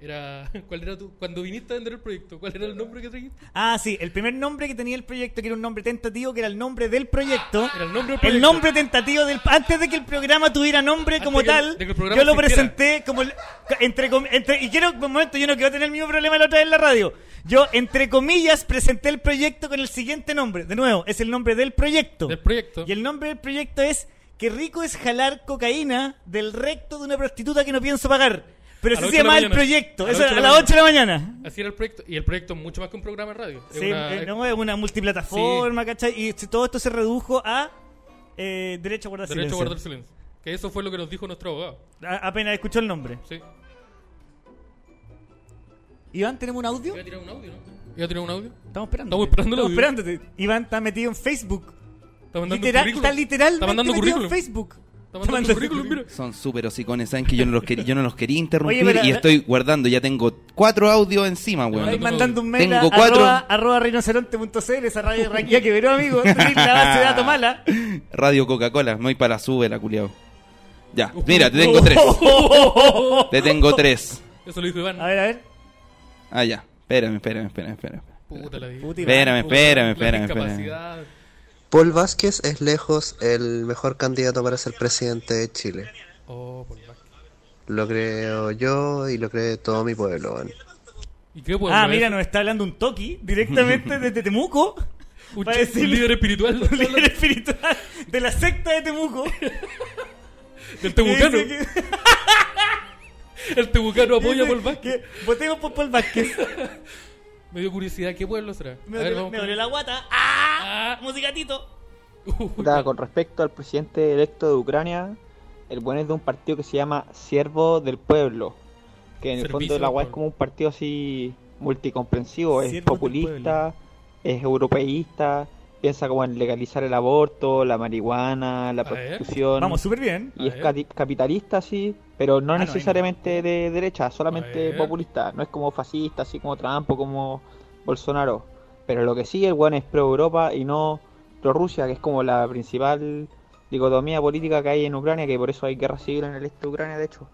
Era, ¿cuál era tu, cuando viniste a vender el proyecto, cuál era el nombre que trajiste?
Ah, sí, el primer nombre que tenía el proyecto, que era un nombre tentativo, que era el nombre del proyecto.
Ah, Era el nombre del
El
proyecto.
nombre tentativo del. Antes de que el programa tuviera nombre como
Antes de que-
tal,
de que el programa
yo lo
existiera.
presenté como. el- entre, com- entre- y quiero, un momento, yo no quiero tener el mismo problema la otra vez en la radio. Yo, entre comillas, presenté el proyecto con el siguiente nombre. De nuevo, es el nombre del proyecto.
Del proyecto.
Y el nombre del proyecto es Qué rico es jalar cocaína del recto de una prostituta que no pienso pagar. Pero
A
ese
las
se
ocho de la
llama el
mañana.
proyecto.
A las
Eso
ocho
a
de la
las
mañana.
8 de la mañana.
Así era el proyecto. Y el proyecto es mucho más que un programa de radio. Es
Sí,
una-
eh, no, es una multiplataforma, ¿cachai? Y si todo esto se redujo a eh, derecho a guardar
Derecho a
silencio.
guardar silencio. Que eso fue lo que nos dijo nuestro abogado.
A- apenas escuchó el nombre.
Sí.
Iván, ¿tenemos un audio?
Iba a tirar un audio, ¿no? Iba a tirar un audio.
Estamos esperando.
Estamos esperando el
Estamos
audio.
esperándote. Iván está metido en Facebook.
Está mandando un
Literal,
currículum.
está literalmente
Está mandando
metido
currículum.
en Facebook.
Está mandando
Está mandando
currículum, mira.
Son súper hocicones, saben que yo no los, quería yo no los quería interrumpir
Oye, pero-
y estoy guardando. Ya tengo cuatro audios encima,
Ahí
weón.
Ay,
mandando un mail
Tengo
a
cuatro.
arroba, arroba rinoceronte.cl, esa radio de raquía que veró, amigo. Tenéis la base de datos mala.
Radio Coca-Cola, me voy para la sube, la culiao. Ya, mira, te tengo tres. Te tengo tres.
Eso lo dijo Iván.
A ver, a ver.
Ah, ya. Espérame, espérame, espérame, espérame.
Puta la vida.
Puta, Iván,
Espérame,
puta.
espérame,
La
espérame, espérame.
discapacidad.
Paul Vázquez es lejos el mejor candidato para ser presidente de Chile.
Oh, por la-
Lo creo yo y lo cree todo mi pueblo. weón.
¿Y qué pueblo
Ah,
es?
mira, nos está hablando un toki directamente desde Temuco.
Un,
va a
ch-
decir-
un líder espiritual
Un líder espiritual de la secta de Temuco.
del Tebucano.
Que dice que-
El Tebucano apoya
dice
por Vázquez.
que Votemos por Paul Vázquez.
Me dio curiosidad, ¿qué pueblo será?
Me
A ver,
dolió
vamos
me
con-
dolió la guata. ¡Ah!
Ah.
Musicatito.
Puta, con respecto al presidente electo de Ucrania, el buen es de un partido que se llama Siervo del Pueblo, que en el
Servicio
fondo la
del
UA es
pueblo.
como un partido así multicomprensivo, es
Siervos del
populista, es europeísta, piensa como en legalizar el aborto, la marihuana, la
A ver.
prostitución,
Vamos,
Mm.
súper bien.
y
A
es
ver.
cati- capitalista sí, pero no
Ah, no,
necesariamente de derecha,
A
solamente
ver.
populista, no es como fascista, así como Trump o como Bolsonaro. Pero lo que sí, el weón es pro Europa y no pro Rusia, que es como la principal dicotomía política que hay en Ucrania, que por eso hay guerra civil en el este de Ucrania, de hecho.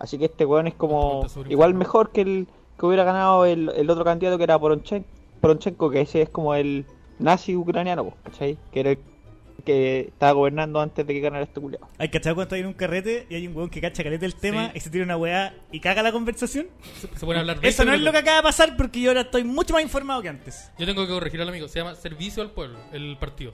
Así que este weón es como
Pregunta sobre
igual
Ucrania.
mejor que el que hubiera ganado el, el otro candidato que era Poronchenko, Poronchenko, que ese es como el nazi ucraniano, po, ¿cachai? Que era el que estaba gobernando antes de que ganara este culiao.
Hay cachado cuando hay un carrete y hay un weón que cacha caleta el tema
Sí.
y se tira una weá y caga la conversación.
Se, se pone a hablar de
Eso no es lo que
pero-
acaba de pasar porque yo ahora estoy mucho más informado que antes.
Yo tengo que corregir al amigo, se llama Servicio al Pueblo, el partido.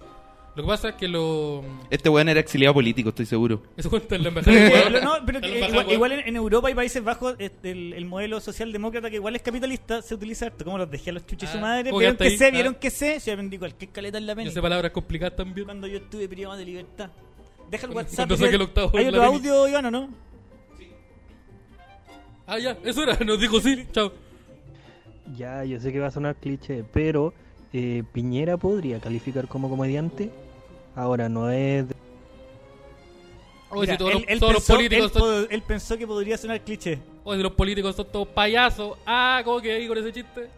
Lo que pasa es que lo...
Este weón era exiliado político, estoy seguro.
Eso cuenta en la embajada de
Eh,
Ecuador.
lo- no, pero
En
que,
la embajada de
igual,
Ecuador.
igual en, en Europa y Países Bajos eh, el, el modelo socialdemócrata que igual es capitalista se utiliza harto. Como los dejé a los chuches
Ah,
su madre,
¿cómo
vieron
quedaste
que
ahí?
sé,
Ah.
vieron que sé. Yo aprendí cualquier caleta en la
Yo
pena.
sé palabras complicadas también.
Cuando yo estuve privado de libertad. Deja el
Cuando-
WhatsApp.
cuando
mira,
saque el octavo
Hay
en la
otro
mini.
audio, Iván, ¿o no?
Ah, ya, eso era, nos dijo sí, chao.
Ya, yo sé que va a sonar cliché, pero eh, Piñera podría calificar como comediante. Ahora no es de-
Oye,
Mira,
si todos,
él,
los,
él
todos los
pensó,
políticos
él
son,
pod- él pensó que podría sonar cliché.
oye, si los políticos son todos payasos. Ah, ¿cómo que ahí con ese chiste?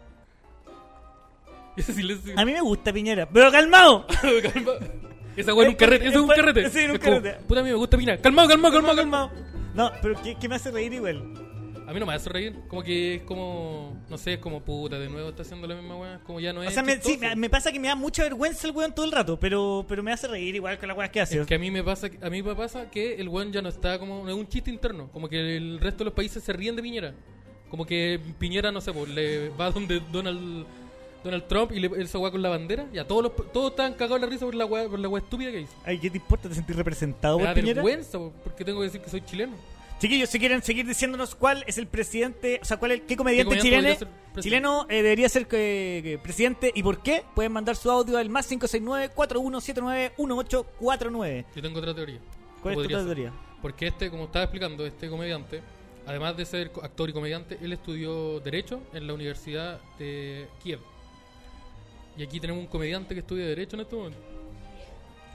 Ese silencio.
A mí me gusta Piñera, pero calmado.
Calma. Esa weá es un carrete, eso es
Es
un
pa-
carrete.
sí, en un
Es como,
carrete.
Puta, a mí me gusta Pina. Calmado, calmado, calmado, calmado.
No, pero ¿qué, qué me hace reír igual?
A mí no me hace reír. Como que es como. No sé, es como puta, de nuevo está haciendo la misma weá. Como ya no es.
O sea, me, sí,
chistoso.
me, me pasa que me da mucha vergüenza el weón todo el rato, pero, pero me hace reír igual con las weas que hace.
Es que a mí me pasa, a mí me pasa que el weón ya no está como no es un chiste interno, como que el resto de los países se ríen de Piñera. Como que Piñera no sé, pues, le va donde Donald Donald Trump y le esa weá con la bandera, ya todos los, todos están cagados de la risa por la weá, por la weá estúpida que hizo.
Ay, ¿qué te importa? ¿Te sentís representado
Me da
por Piñera?
vergüenza po, porque tengo que decir que soy chileno.
Chiquillos, si quieren seguir diciéndonos cuál es el presidente, o sea, cuál es, qué comediante,
¿Qué comediante
chileno,
podría ser presidente?
chileno eh, debería ser eh, que presidente y por qué, pueden mandar su audio al más 569-4179-1849.
Yo tengo otra teoría.
¿Cuál es tu
Podría ser.
teoría?
Porque este, como estaba explicando, este comediante, además de ser co- actor y comediante, él estudió Derecho en la Universidad de Kiev. Y aquí tenemos un comediante que estudia Derecho en este momento.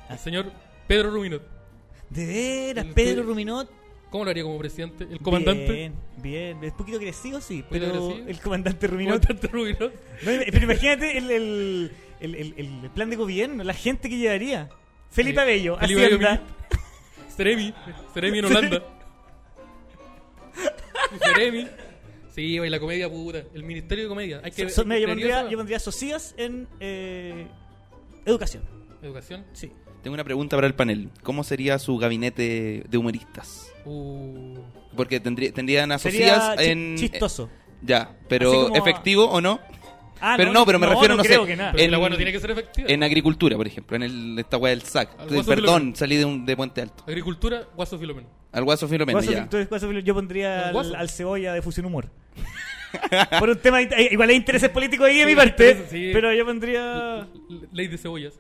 Ah.
El señor Pedro Ruminot.
De veras,
El-
Pedro Ruminot.
¿Cómo lo haría como presidente? El Eh, comandante.
Bien, bien. Es poquito crecido, sí,
Poquito
pero
crecido.
el comandante Ruminot.
Comandante Ruminot.
No, im- pero imagínate el, el- el- el- el plan de gobierno, la gente que llevaría. Felipe
Sí.
Abello,
Eh, Felipe Abello,
Hacienda.
Seremi. Seremi en Holanda. Seremi. Sí, oye, la comedia puta. El Ministerio de Comedia. Hay que,
So- so- mira, yo,
debería
pondría,
ser-
yo pondría Socias en eh, educación.
Educación.
Sí.
Tengo una pregunta para el panel. ¿Cómo sería su gabinete de humoristas?
Uh,
Porque tendrí- tendrían
Sería
asociadas
chi-
en...
chistoso.
eh, ya,
Así
pero
como-
¿efectivo o no?
Ah,
eh, pero no, pero me refiero, no sé.
creo que nada.
pero
en-
la weá no tiene que ser efectiva.
En agricultura, por ejemplo, en el, esta weá del SAC.
Al guaso
Perdón,
Filomeno.
salí de, un, de Puente Alto.
Agricultura, Guaso Filomeno.
Al guaso Filomeno,
Guaso,
ya.
entonces, Guaso, yo pondría
El
al,
guaso.
al cebolla de fusión humor. Por un tema, de inter- igual hay intereses políticos ahí de mi parte,
intereses, sí.
pero yo pondría
L- Ley de cebollas.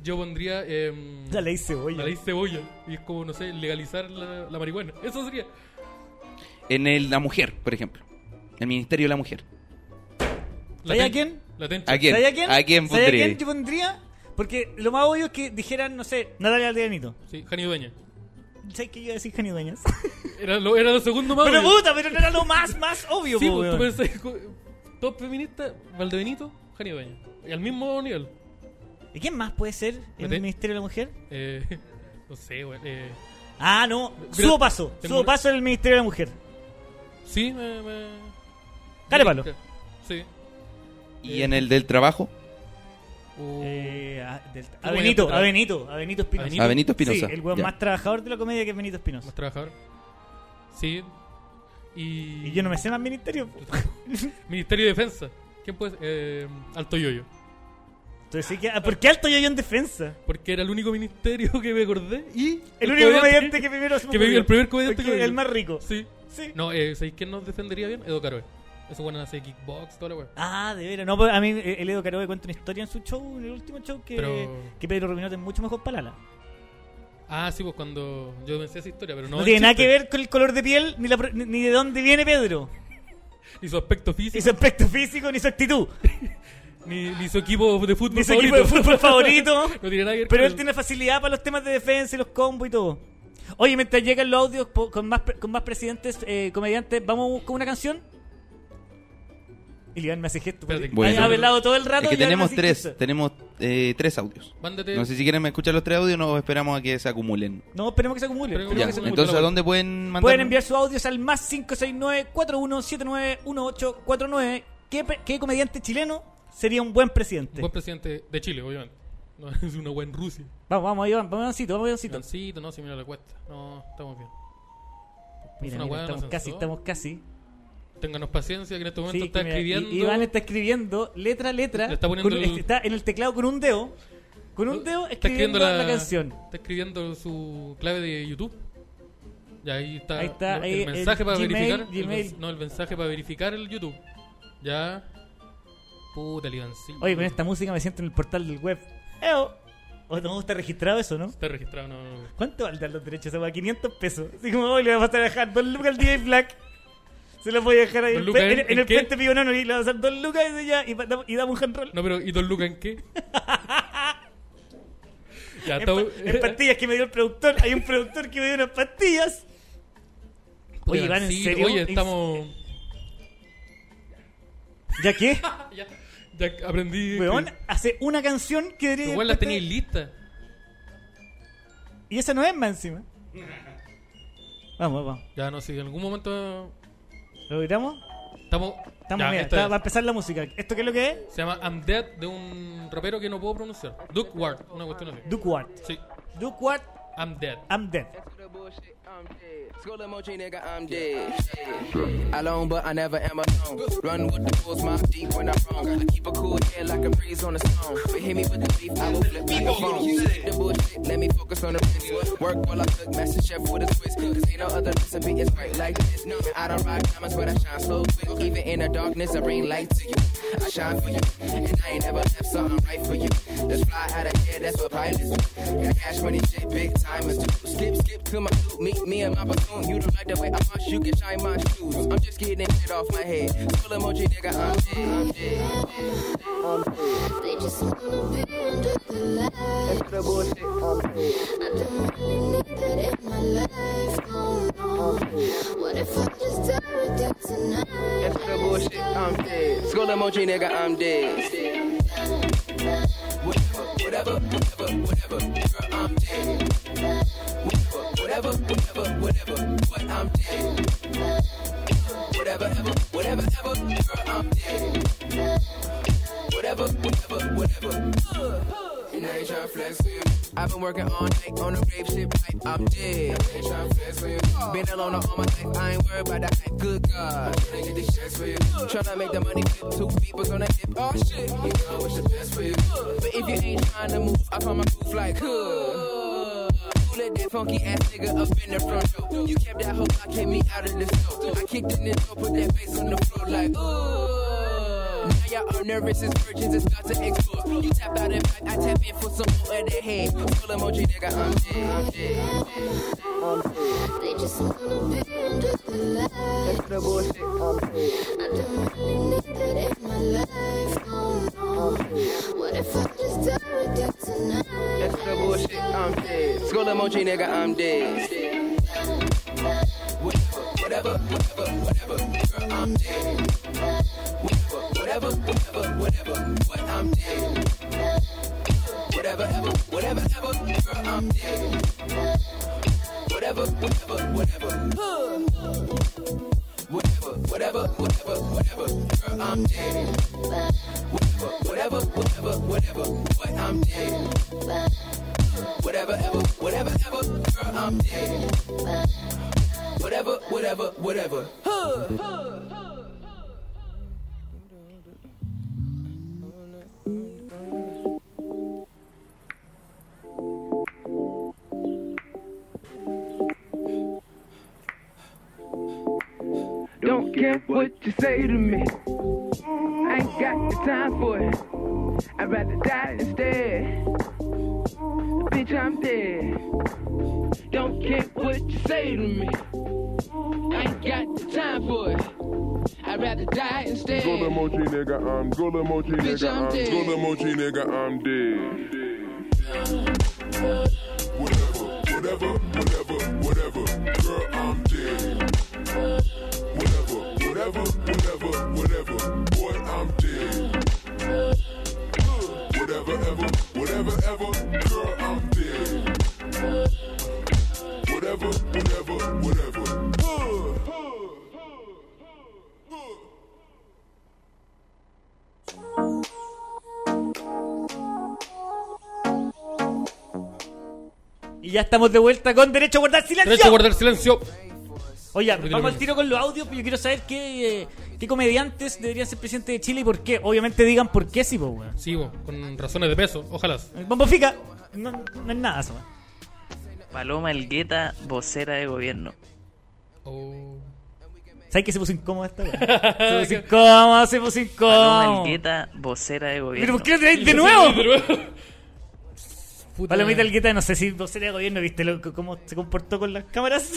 Yo pondría. em,
la ley cebolla.
la ley cebolla. Y es como, no sé, legalizar la, la marihuana. Eso sería.
En el, la mujer, por ejemplo. El Ministerio de la Mujer.
La
¿Sabía
ten-
quién?
La tencha.
¿A quién?
¿Sabía quién?
¿A quién
¿Sabía
pondría?
quién yo pondría? Porque lo más obvio es que dijeran, no sé, Natalia Aldeanito.
Sí, Jani Dueña.
¿Sabes qué iba a decir Jani Dueñas?
Era lo, era lo segundo más.
pero
obvio.
puta, pero no era lo más, más obvio,
Sí,
po,
pues, tú
weón.
pensás, co- top feminista, Valdebenito, Jani Dueña. Y al mismo nivel.
¿Y quién más puede ser en el
Mete.
Ministerio de la Mujer?
Eh, no sé, güey. Eh,
Ah, no,
Pero-
subo paso.
tengo
Subo
un-
paso en el Ministerio de la Mujer.
sí, me. me...
Dale, palo.
tinca. Sí.
¿Y en el del trabajo?
Uh,
Eh, a, del- a
Qué
Benito,
bueno,
a Benito, a Benito Espinosa.
A Benito Espinosa,
Sí, el weón
ya.
más trabajador de la comedia que es Benito Espinosa.
Más trabajador. Sí. Y...
Y yo no me sé más ministerio. po.
Ministerio de Defensa. ¿Quién puede ser? Eh, Alto Yoyo.
Entonces, sí que- ah, ¿por qué alto yo en defensa?
Porque era el único ministerio que me acordé y...
El único comediante que primero se me
que me-
ocurrió.
El primer comediante
Porque
que me-
El más rico.
Sí.
Sí.
No, eh, ¿sabéis quién nos defendería bien? Edo Caroe. Ese bueno hace kickbox, toda la weá.
Ah, de veras. No, pues, a mí eh, el Edo Caroe cuenta una historia en su show, en el último show, que,
Pero-
que Pedro Rubinote es mucho mejor palala.
Ah, sí, pues cuando... Yo pensé esa historia, pero no...
No, tiene
el
nada
chiste.
que ver con el color de piel, ni, la pro- ni- ni de dónde viene Pedro,
Ni su aspecto
ni
físico,
su aspecto físico, ni su actitud,
ni, ni su equipo de fútbol
ni su
favorito.
equipo de fútbol favorito.
no tiene nada que ver
Pero
con
él tiene facilidad para los temas de defensa y los combos y todo. Oye, mientras llegan los audios po- con más, pre- con más presidentes eh, comediantes, ¿vamos con una canción? Ilian me hace gesto.
Espérate,
porque
Bueno.
ha hablado todo el rato.
Es que
y ahora me
tenemos
hace
tres,
gesto.
tenemos eh, tres audios.
Mándate...
No sé si quieren escuchar los tres audios o nos esperamos a que se acumulen.
No, esperemos que se acumule.
Pero-
esperemos
Ya,
que se acumule.
entonces, ¿a dónde pueden mandar?
Pueden enviar sus audios al más 569-4179-1849. ¿Qué, pe- ¿Qué comediante chileno sería un buen
Un
presidente?
buen presidente de Chile, obviamente. No es una buena en Rusia.
Vamos, vamos, Iván, vamos, Ivancito, vamos, Ivancito.
Gancito, no, si mira la cuesta. No, estamos bien.
Mira,
una
mira,
hueá, no
estamos
se
casi,
lanzó.
estamos casi.
Ténganos paciencia que en este momento
Sí,
está
mira,
escribiendo.
I- Iván está escribiendo letra a letra.
Le está poniendo
con-
el- Uh,
está en el teclado con un dedo. Con un dedo
Está
escribiendo la, canción.
Está escribiendo su clave de YouTube. Y ahí está,
Ahí está,
lo-
ahí
el
el
mensaje para
Gmail,
verificar. el
Gmail.
mens- no, el mensaje para verificar el YouTube. Ya. Puta, el Ivancito.
Oye, con esta música me siento en el portal del web. ¡Eo! O no está registrado eso, ¿no?
Está registrado, no, no, no.
¿Cuánto valdrán los derechos? Se va 500 pesos. Así como hoy le voy a pasar a dejar dos lucas al DJ Black. Se los voy a dejar ahí
¿Dos
en,
lucas
en-
en-
en
en
el
qué?
frente pigonano y le voy a pasar dos lucas y ya y, pa- damos- y damos un hand roll.
No, pero ¿y Don Luca en qué? ya,
en,
está.
pa- en pastillas que me dio el productor. Hay un productor que me dio unas pastillas.
Puta,
Oye, Iván, ¿en
Ivancito,
serio?
Oye,
¿En-
estamos.
¿Ya qué?
Ya, ya aprendí. que-
Weón, eh, hace una canción que debería haber
Pero igual las
puesto-
tenéis listas.
Y esa no es más encima. Vamos, vamos.
Ya, no sé, en algún momento
¿Lo gritamos?
estamos.
Estamos,
ya,
mira,
esta
está-
es.
va a empezar la música. ¿Esto qué es lo que es?
Se llama I'm Dead de un rapero que no puedo pronunciar. Duke Ward, una cuestión así.
Duke Ward.
Sí,
Duke Ward,
I'm Dead.
I'm dead.
School emoji, nigga, I'm dead. Alone, but I never am alone. Run with the bulls, mouth deep when I'm wrong. I keep a cool head like a breeze on a stone. But hit me with the beef, I will flip like a phone. Skip the bullshit, let me focus on the business. Work while I cook, master chef with a twist. Cause ain't no other recipe is right like this. No, I don't ride diamonds, but I shine so quick. Even in the darkness, I bring light to you. I shine for you, and I ain't never left something right for you. Let's fly out of here, that's what pilots do. Got cash money, shit, big time is due. Skip, skip to my loop, meet me in my platoon. You don't like the way I punch, you can shine my shoes. I'm just getting shit off my head. Full emoji, nigga, I'm dead, I'm dead.
They just wanna be under the lights.
The bullshit, I'm dead.
I don't really need that in my life. Oh no. What if I just tear it down tonight?
That's the bullshit, I'm dead. School emoji, nigga, I'm dead. Whatever, whatever, whatever, whatever, girl, I'm dead. Whatever, whatever, whatever, whatever, what I'm dead. Whatever, ever, whatever, ever, girl, I'm dead. Whatever, whatever, whatever. And I ain't tryna flex with you. I've been working all night on the rape shit pipe. I'm dead. I ain't tryna flex with you. Been alone all my life. I ain't worried about that hype. Good God. Tryna get these checks for you. Tryna make the money flip. Two people's on that hip. Oh shit. You know I wish the best for you. But if you ain't trying to move, I find my proof like, huh. Who let that funky ass nigga up in the front door? You kept that hoe, I kept me out of the store. I kicked in the door, put that face on the floor like, ooh. Now y'all are nervous as virgins and start to explore. You tap out in fact, I tap in for some more of that head. Full emoji, nigga, I'm dead. I'm dead.
They just wanna be under the lights.
The bullshit, I'm dead.
I don't really need that in my life. Oh no. What if I just tear it down tonight?
That's the bullshit, I'm dead. School emoji, nigga, I'm dead. Whatever, whatever, whatever, whatever, girl, I'm dead. Whatever, whatever, whatever, whatever, what I'm dead. Whatever, ever, whatever, ever, girl, I'm dead. Whatever, whatever, whatever. Whatever, whatever, whatever, whatever, whatever, girl, I'm dead. Whatever, whatever, whatever, whatever, what I'm dead. Whatever, ever, whatever, ever, girl, I'm dead. Whatever, whatever, whatever. Huh, huh.
Don't care what you say to me. I ain't got the time for it. I'd rather die instead. Bitch, I'm dead. Don't care what you say to me. I ain't got the time for it. I'd rather die instead.
Gula mochi nigga, I'm Gula mochi
Bitch,
nigga,
I'm
I'm
dead.
Gula mochi nigga, I'm dead. Whatever, whatever, whatever, whatever, girl, I'm dead. Whatever, whatever, whatever, whatever, boy, I'm dead. Whatever, ever, whatever, ever, girl, I'm dead. Whatever, whatever, whatever.
Y ya estamos de vuelta con Derecho a Guardar Silencio.
Derecho a guardar silencio.
Oye,
Repítelo,
vamos al
Miguel.
tiro con los audios, pero yo quiero saber qué, eh, qué comediantes deberían ser presidente de Chile y por qué. Obviamente digan por qué, sí, po, weón.
Sí, bo, con razones de peso, ojalá.
Bombo Fica, no, no es nada, eso, weón.
Paloma Elgueta, vocera de gobierno.
Oh.
¿Sabes que se puso incómoda esta, weón? Se puso incómoda, se puso
Paloma
incómoda.
Elgueta, vocera de gobierno.
Oh. Pero ¿por qué lo traéis de nuevo? Palomita Algueta, no sé si vocera de gobierno, ¿viste lo- cómo se comportó con las cámaras?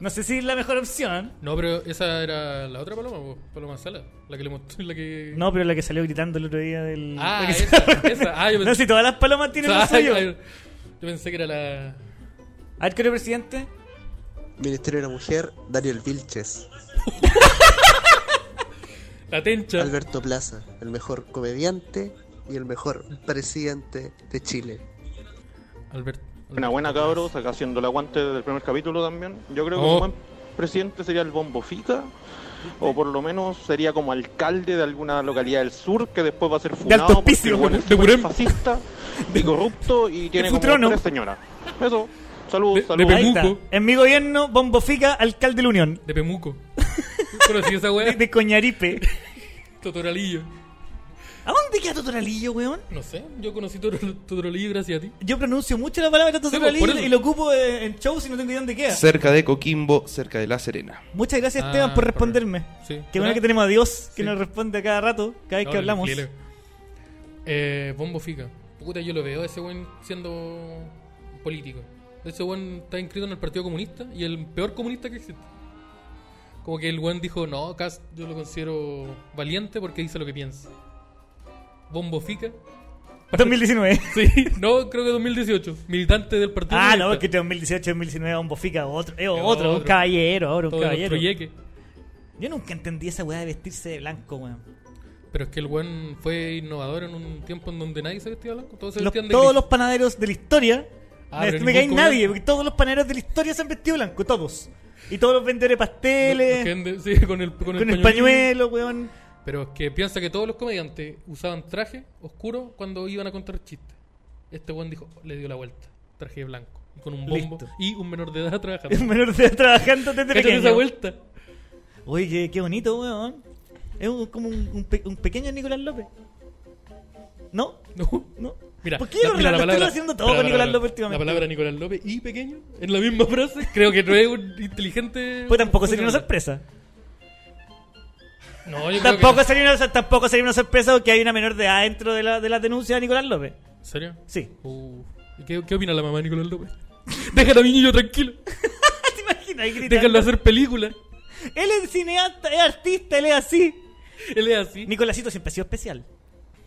no sé si es la mejor opción.
No, pero esa era la otra paloma, bo, Paloma Sala, la que le mostré, la que...
No, pero la que salió gritando el otro día del...
Ah,
la que
esa,
se-
esa. Ah, yo
No,
pensé-
si todas las palomas tienen
Ah,
lo suyo.
claro. Yo pensé que era la...
A ver, ¿qué era presidente?
Ministerio de la Mujer, Daniel Vilches.
La tencha.
Alberto Plaza, el mejor comediante y el mejor presidente de Chile.
Alberto.
Una buena cabros, acá haciendo el aguante del primer capítulo también. Yo creo que
Oh.
un buen presidente sería el Bombo Fica, o por lo menos sería como alcalde de alguna localidad del sur que después va a ser funado
Alto
porque
Picio,
el weón es
de Purem.
fascista y corrupto y tiene como
Futrono.
tres señoras. Eso, salud, salud.
Ahí está. En mi gobierno, Bombofica, alcalde de la Unión.
De Pemuco. Pero si esa
De, de Coñaripe.
Totoralillo.
¿A dónde queda Totoralillo, weón?
No sé, yo conocí Totoro- Totoralillo gracias a ti.
Yo pronuncio mucho la palabra Totoralillo
pues, por eso.
y lo ocupo eh, en shows y no tengo idea dónde queda.
Cerca de Coquimbo, cerca de La Serena.
Muchas gracias,
Ah,
Esteban, por
por-
responderme.
sí.
Qué bueno
Ah.
que tenemos a Dios, que
Sí.
nos responde a cada rato, cada vez
No,
que
el
hablamos.
Lele. Eh, Bombo Fica. Puta, yo lo veo, ese buen siendo político. Ese buen está inscrito en el Partido Comunista y el peor comunista que existe. Como que el buen dijo, no, Cas, yo lo considero valiente porque dice lo que piensa. Bombo Fica.
2019.
Sí, no, creo que 2018. Militante del Partido
Ah,
Comunista.
no, es que este 2018, 2019, Bombofica, otro, eh,
Es
otro,
otro.
un caballero, ahora un
Todo
caballero.
proyeque.
Yo nunca entendí esa weá de vestirse de blanco, weón.
Pero es que el buen fue innovador en un tiempo en donde nadie se vestía blanco. Todos se
Los-
vestían de
todos
gris.
los panaderos de la historia.
Ah,
no
pero
me cae
ningún
nadie,
común-
porque todos los panaderos de la historia se han vestido blanco, todos. Y todos los vendedores de pasteles.
Los que venden- sí, con el, con el
con el pañuelo, weón.
Pero es que piensa que todos los comediantes usaban traje oscuro cuando iban a contar chistes. Este buen dijo, le dio la vuelta. Traje de blanco. Y con un bombo.
Listo.
Y un menor de edad trabajando.
Un menor de edad trabajando desde
Cáchate
pequeño.
esa vuelta.
Oye, qué, qué bonito, weón. Es un- como un, un pe- un pequeño Nicolás López. ¿No?
No. Mira,
¿Por qué lo lo estoy haciendo todo
espera,
con
la
Nicolás
palabra-
López últimamente?
La palabra Nicolás López y pequeño en la misma frase. Creo que no es un inteligente.
Pues tampoco sería una
funcionario.
sorpresa.
No, yo creo que
Tampoco
no.
sería, una, sor- tampoco sería una sorpresa porque hay una menor de edad dentro de la, de la denuncia de Nicolás López.
¿En serio?
Sí.
Uh, ¿y ¿Qué, qué opina la mamá de Nicolás López? Deja a mi niño tranquilo.
Imagina, ahí gritando.
Déjalo hacer películas.
Él es cineasta, es artista, él es así.
Él es así.
Nicolásito siempre ha sido especial.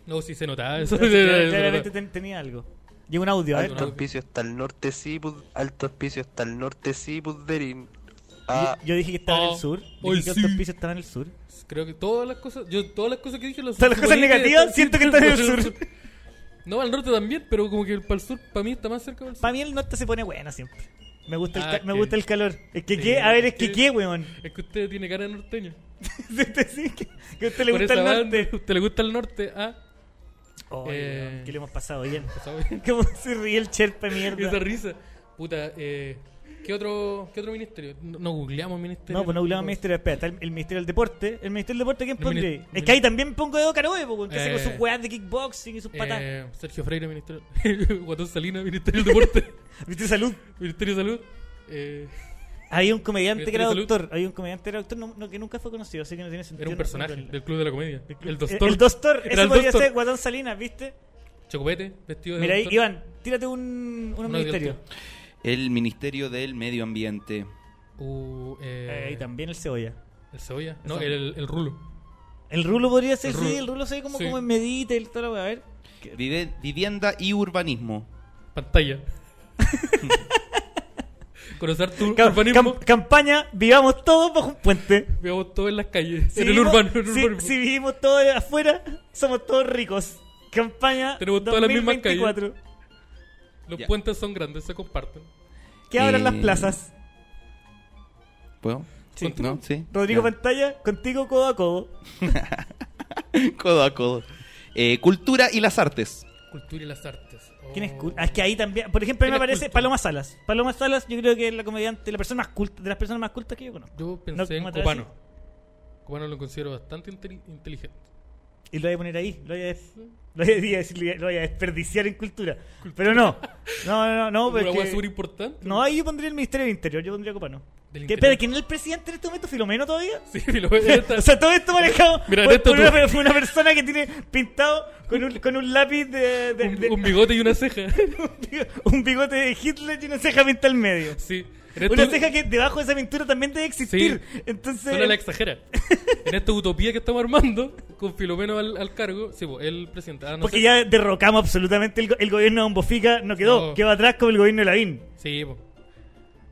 No, sí se notaba eso.
Claramente ten- tenía algo. Llega un audio, a ver.
Alto hospicio está al norte sí, Bud- alto hospicio está al norte sí, Budderin. Ah,
Yo dije que estaba en el sur.
hoy
Dije que otros pisos estaban en el sur.
Creo que todas las cosas, yo todas las cosas que dije las
Todas las cosas
suponí
negativas,
están-
siento que están en el
están
sur.
No, al norte también, pero como que para el sur para mí está más cerca del sur.
Para mí el norte se pone bueno siempre. Me gusta el,
Ah,
ca-
es
me
que-
gusta el calor. Es que
Sí,
qué, a ver, es que
sí.
qué, weón.
Es que usted tiene cara de norteño.
usted sí, que, que a usted le
Por
gusta el
esa
norte.
banda, usted le gusta el norte, ah.
Oh,
Eh,
weón, que le hemos pasado bien. ¿Cómo se ríe el cherpa mierda?
Esa risa. Puta, eh, ¿qué, otro, ¿qué otro ministerio? No, no googleamos ministerio.
No, pues no hablamos del Ministerio, espera, está el, el Ministerio del Deporte. ¿El Ministerio del Deporte quién
El
pondría?
mini-
es que ahí también pongo Edo Caroe, po, weón, que hace con
Eh.
sus weas de kickboxing y sus patas.
Eh, Sergio Freire, Ministerio. Guatón Salinas, Ministerio del Deporte.
Ministerio de Salud.
Ministerio de Salud. Eh,
Había un comediante que era
Ministerio de Salud.
doctor, había un comediante que era doctor no- no, que nunca fue conocido, así que no tiene sentido.
Era un
no-
personaje
no-
del Club de la Comedia. El
Eh,
Doctor.
El Doctor,
Era
ese
el
podría
Doctor.
ser Guatón Salinas, ¿viste?
Chocopete, vestido de
Mira, ahí,
doctor.
Iván, tírate un, un
Uno de
ministerio.
El Ministerio del Medio Ambiente.
Uh, eh,
Eh, y también el cebolla.
El cebolla. No,
Eso.
el, el rulo.
El rulo podría
El
ser,
rulo.
sí, el rulo se ve como,
Sí.
como en medita y toda la wea. A ver,
Vive- vivienda y urbanismo.
Pantalla. Conocer tu
Cam-
urbanismo.
cam- campaña, vivamos todos bajo un puente.
Veamos todo en las calles.
Si
en el
vivimos-
urbano. en el
si,
urbano.
si vivimos todos afuera, somos todos ricos. Campaña
Tenemos todas las mismas calles.
2024.
Los puentes son grandes, se comparten.
Que abran
Eh,
las plazas.
¿Puedo? Sí. ¿No? Sí.
Rodrigo
Ya.
Pantalla, contigo codo a codo.
codo a codo. Eh, cultura y las artes.
Cultura y las artes. Oh.
¿Quién es cul- ah, es que ahí también, por ejemplo, a mí me
¿Quién es
aparece
culto?
Paloma Salas. Paloma Salas, yo creo que es la comediante, la persona más culta, de las personas más cultas que yo conozco.
Yo
No,
pensé
¿cómo
en
te voy a
Copano. Copano lo considero bastante inteli- inteligente.
decir? Y lo voy a poner ahí, lo voy a, des- lo voy a decir- lo voy a desperdiciar en cultura. Pero no, no, no, no, no.
Una
porque-
hueá súper importante.
No, ahí yo pondría el Ministerio del Interior, yo pondría Copano.
Del
¿Qué,
interior.
espera, ¿Quién es el presidente en este momento? ¿Filomeno todavía?
Sí, Filomeno está-
o sea, todo esto manejado
Mira, en
por,
esto
por
tú-
una, por una persona que tiene pintado con un, con un lápiz de, de- de-
Un bigote y una ceja.
un bigote de Hitler y una ceja pintada al medio.
Sí.
Una ceja que debajo de esa pintura también debe existir. Entonces.
Solo la exagera. en esta utopía que estamos armando, con Filomeno al, al cargo, sí, pues, el presidente. Ah, no
Porque
sé.
ya derrocamos absolutamente el, go- el gobierno de Bombofica, no quedó,
No.
quedó atrás como el gobierno de Lavín.
Sí, po.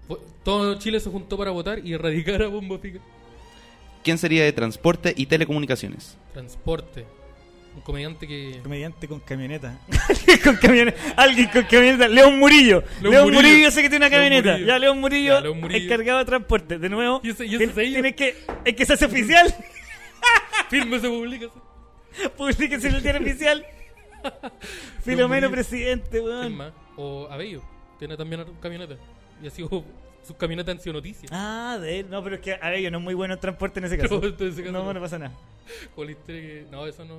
Fue- Todo Chile se juntó para votar y erradicar a Bombo Fica.
¿Quién sería de transporte y telecomunicaciones?
Transporte. Un comediante que.
Comediante con camioneta. con camioneta. Alguien con camioneta. León Murillo. León,
León
Murillo.
Murillo.
sé que tiene una
León
camioneta.
Murillo.
Ya, León Murillo,
Ya, León Murillo.
encargado de transporte. De nuevo.
¿Y ese- y ese
tien-
sello?
tienes que, es que se hace oficial.
Firme se publica.
Publíquese en el diario oficial. Filomeno
Murillo.
presidente,
¿Quién
weón.
más? O Abello. Tiene también una camioneta. Y ha sido. Sus camionetas han sido noticias.
Ah, de él. No, pero es que a ellos no es muy bueno el transporte en ese caso.
No, en ese caso
no,
no.
no pasa nada.
O la historia que- No, eso no.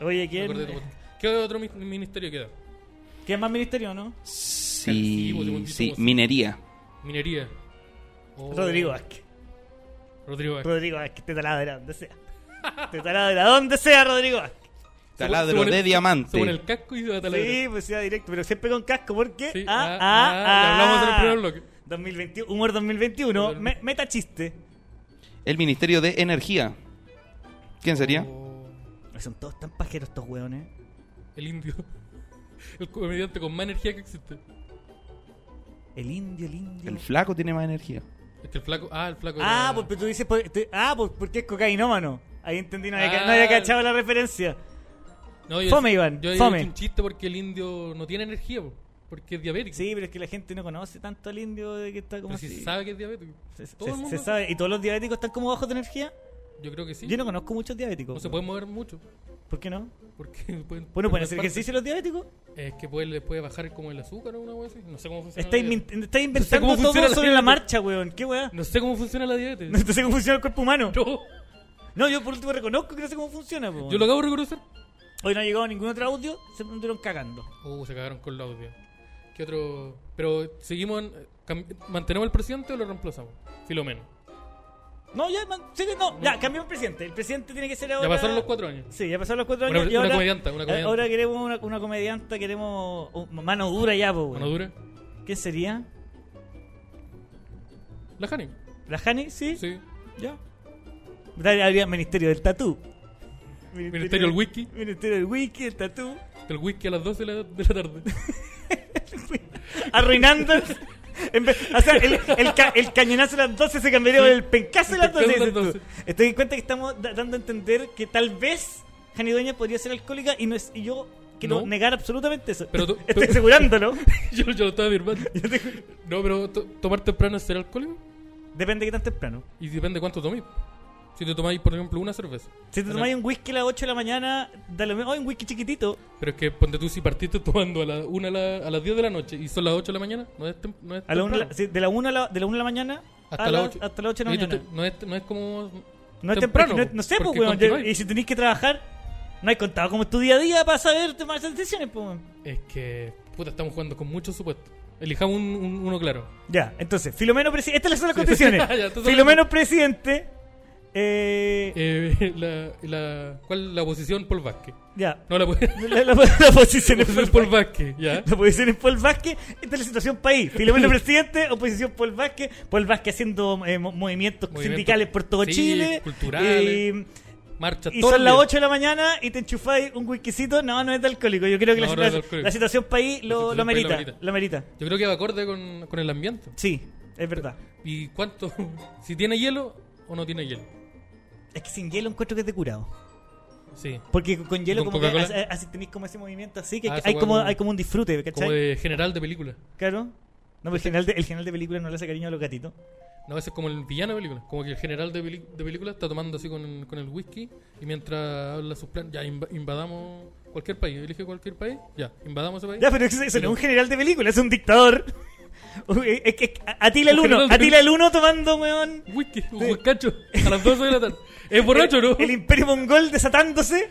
Oye,
no
¿quién,
acordé de tu- ¿Qué otro mi- ministerio queda?
¿quién más ministerio, no?
Sí,
pues, hemos
sí,
visto cosas.
minería.
Minería. O-
Rodrigo Vázquez.
Rodrigo Vázquez.
Rodrigo Vázquez, te taladra donde sea. Te taladra donde sea, Rodrigo Vázquez.
Taladro
Se pone-
de
se-
diamante.
Se pone el casco y se va a taladrar.
Sí, pues sea directo, pero siempre con casco, porque.
Sí,
Ah,
ah,
ah,
ah,
ah.
lo hablamos en el primer bloque.
2021, humor 2021, me- meta chiste.
El Ministerio de Energía. ¿Quién sería?
Oh,
Son todos tan pajeros estos hueones.
El indio. El comediante con más energía que existe.
El indio, el indio.
El flaco tiene más energía.
Es que el flaco. Ah, el flaco.
Ah,
era-
porque tú dices. por- te- ah, por- porque es cocainómano. Ahí entendí, no había, ca-
Ah.
no había cachado la referencia.
No, yo-
fome, Iván,
Yo
fome.
He hecho un chiste porque el indio no tiene energía, po, porque es diabético.
Sí, pero es que la gente no conoce tanto al indio de que está como
Pero si
así.
se sabe que es diabético.
Se,
Todo
se-
el mundo
se sabe. ¿Y todos los diabéticos están como bajos de energía?
Yo creo que sí.
Yo no conozco muchos diabéticos.
No se
weón.
puede mover mucho.
¿Por qué Pues no?
Porque
Bueno,
pueden, pueden
¿pueden hacer
parte.
ejercicio los diabéticos?
Es que puede, le puede bajar como el azúcar o una cosa así. No sé cómo funciona.
Estáis
la dieta.
min- estáis
No sé
inventando
cómo funciona
todo sobre la
dieta.
marcha, weón. ¿Qué weá?
No sé cómo funciona la dieta.
No sé cómo funciona el cuerpo humano.
No.
No, yo por último reconozco que no sé cómo funciona, po.
Yo lo acabo de reconocer.
Hoy no ha llegado ningún otro audio, se mantuvieron cagando.
Uh, se cagaron con el audio. ¿Qué otro? Pero seguimos. en- eh, cam- ¿Mantenemos el presidente o lo reemplazamos? Filomeno.
No, ya, man- sí, no, ya, cambiamos el presidente. El presidente tiene que ser ahora.
Ya pasaron los cuatro años.
Sí, ya pasaron los cuatro
Una-
años. y
una
ahora, eh,
comedianta, una comedianta.
Ahora queremos una, una comedianta, queremos un- mano dura ya, po, weón.
Mano dura.
¿Qué sería?
La Jani.
¿La Hani? Sí.
Sí. Ya.
Dale, Habría Ministerio del Tatú.
Ministerio del Whisky.
Ministerio del Whisky, el Tatú.
El whisky a las 12 de la, de la tarde.
arruinando. el- en vez- o sea, el, el ca- el cañonazo a las 12 se cambiaría por el pencazo a las 12.
pencazo a las
dices tú. Estoy en cuenta que estamos da- dando a entender que tal vez Jani Dueña podría ser alcohólica y, no es, y yo quiero negar absolutamente eso.
Pero tú-
Estoy
tú-
asegurándolo.
yo, yo lo estaba afirmando. no, pero to- tomar temprano es ser alcohólico.
Depende de qué tan temprano.
Y depende cuánto toméis. Si te tomáis, por ejemplo, una cerveza.
Si te
Ana-
tomáis un whisky a las 8 de la mañana, da lo mismo. Oh, un whisky chiquitito.
Pero es que ponte tú si partiste tomando a, la una a, la- a las 10 de la noche y son las 8 de la mañana, no es, tem- no es
A la una de la-
temprano.
sí, de la 1 a la, de la una de la mañana
hasta,
a
las
la-
8.
hasta las 8 de la
Y tú
mañana.
te- no, es, no es como.
No es temprano. no, es- no sé, pues,
porque
weón. yo-
continuáis.
Y si tenéis que trabajar, no hay contado como es tu día a día para saber tomar esas decisiones, pues, weón.
Es que. Puta, estamos jugando con muchos supuestos. Elijamos un- un- uno claro.
Ya, entonces, Filomeno presidente. Estas son las
Sí.
condiciones.
Ya, estas son
Filomeno presidente. Eh,
Eh, la, la- ¿Cuál? La posición Paul Vázquez.
Ya.
No, la,
La- la- la posición es
Paul,
Paul
Vázquez. Ya.
La posición es Paul Vázquez. Esta es la situación país. Filomeno presidente, oposición Paul Vázquez. Paul Vázquez haciendo eh, mo- movimientos
Movimiento-
sindicales por todo
sí,
Chile.
culturales,
Eh,
marcha
y
todo
son
el
las
día.
8 de la mañana y te enchufáis un whiskycito. No, no es de alcohólico. Yo creo que
No,
la,
no es de
la-
alcohólico.
la situación país lo, lo
Entonces, pues,
merita. Lo merita.
Yo creo que va acorde con, con el ambiente.
Sí, es verdad.
¿Y cuánto? ¿Si tiene hielo o no tiene hielo?
Es que sin hielo encuentro que es de curado.
Sí.
Porque con hielo
¿Con
como que
Coca-Cola?
así, así tenéis como ese movimiento así que
Ah, esa
hay
hueá
como, hay como un disfrute, ¿cachai?
Como de general de película.
Claro. No, pero el general, de, el general de película no le hace cariño a los gatitos.
No, ese es como el villano de película. Como que el general de, peli- de película está tomando así con, con el whisky y mientras habla sus planes, ya inv- invadamos cualquier país. Elige cualquier país, ya, invadamos ese país.
Ya, pero eso, eso
Y
no
lo-
es un general de película, es un dictador. Uy, es que- Atila el
Un
uno,
general de
Atila el uno tomando, weón.
Whisky, un huascacho, a las 12 de la tarde. Es borracho, ¿no?
El, el imperio mongol desatándose.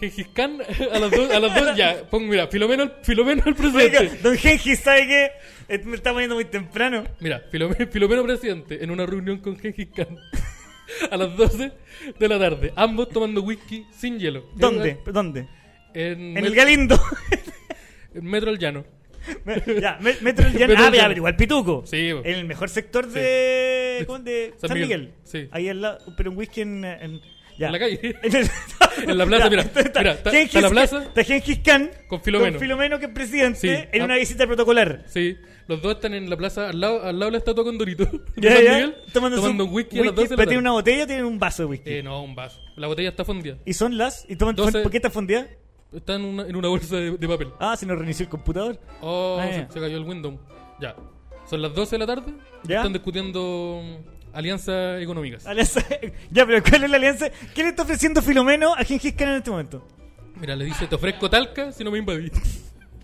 Gengis Khan, a las 2, a las dos ya. Pongo, mira, Filomeno, al- Filomeno el presidente.
Oiga, don Genji, ¿sabe qué? Eh, Me está poniendo muy temprano.
Mira, Filomeno, Filomeno presidente en una reunión con Gengis Khan. A las 12 de la tarde. Ambos tomando whisky sin hielo.
¿Dónde? ¿Dónde?
En,
En el Galindo.
En Metro El Llano.
Me- ya, me- Metro del Llano.
Metro
Ah, ya,
del Llano.
pero igual Pituco.
Sí, bo.
En el mejor sector de.
Sí.
¿cómo? de
San
San,
Miguel.
Miguel.
Sí.
Ahí al lado. Pero un whisky en. En, ya.
En la calle.
En, el-
En la plaza,
Ya,
mira,
Está,
mira, está- está la plaza.
Está Gengis Khan.
Con Filomeno.
Con Filomeno, que es presidente.
Sí.
En
Ah.
una visita protocolar.
Sí, los dos están en la plaza, al lado, al lado de la estatua con Dorito.
Ya, ya. Tomándose
tomando
un
whisky, a las
whisky,
12 de la
pero
tarde.
tiene una botella, tiene un vaso de whisky.
Eh, no, un vaso. La botella está fundida.
¿Y son las? ¿Y toman,
12.
¿Por qué está fundida?
Está en una, en una bolsa de, de papel.
Ah, se nos reinició el computador.
Oh,
Ah,
se,
ya.
se cayó el Windows. Ya. Son las 12 de la tarde.
Ya.
Están discutiendo mm, alianzas económicas.
Alianza- ya, pero ¿cuál es la alianza? ¿Qué le está ofreciendo Filomeno a Gengis Khan en este momento?
Mira, le dice, te ofrezco talca si no me invadís.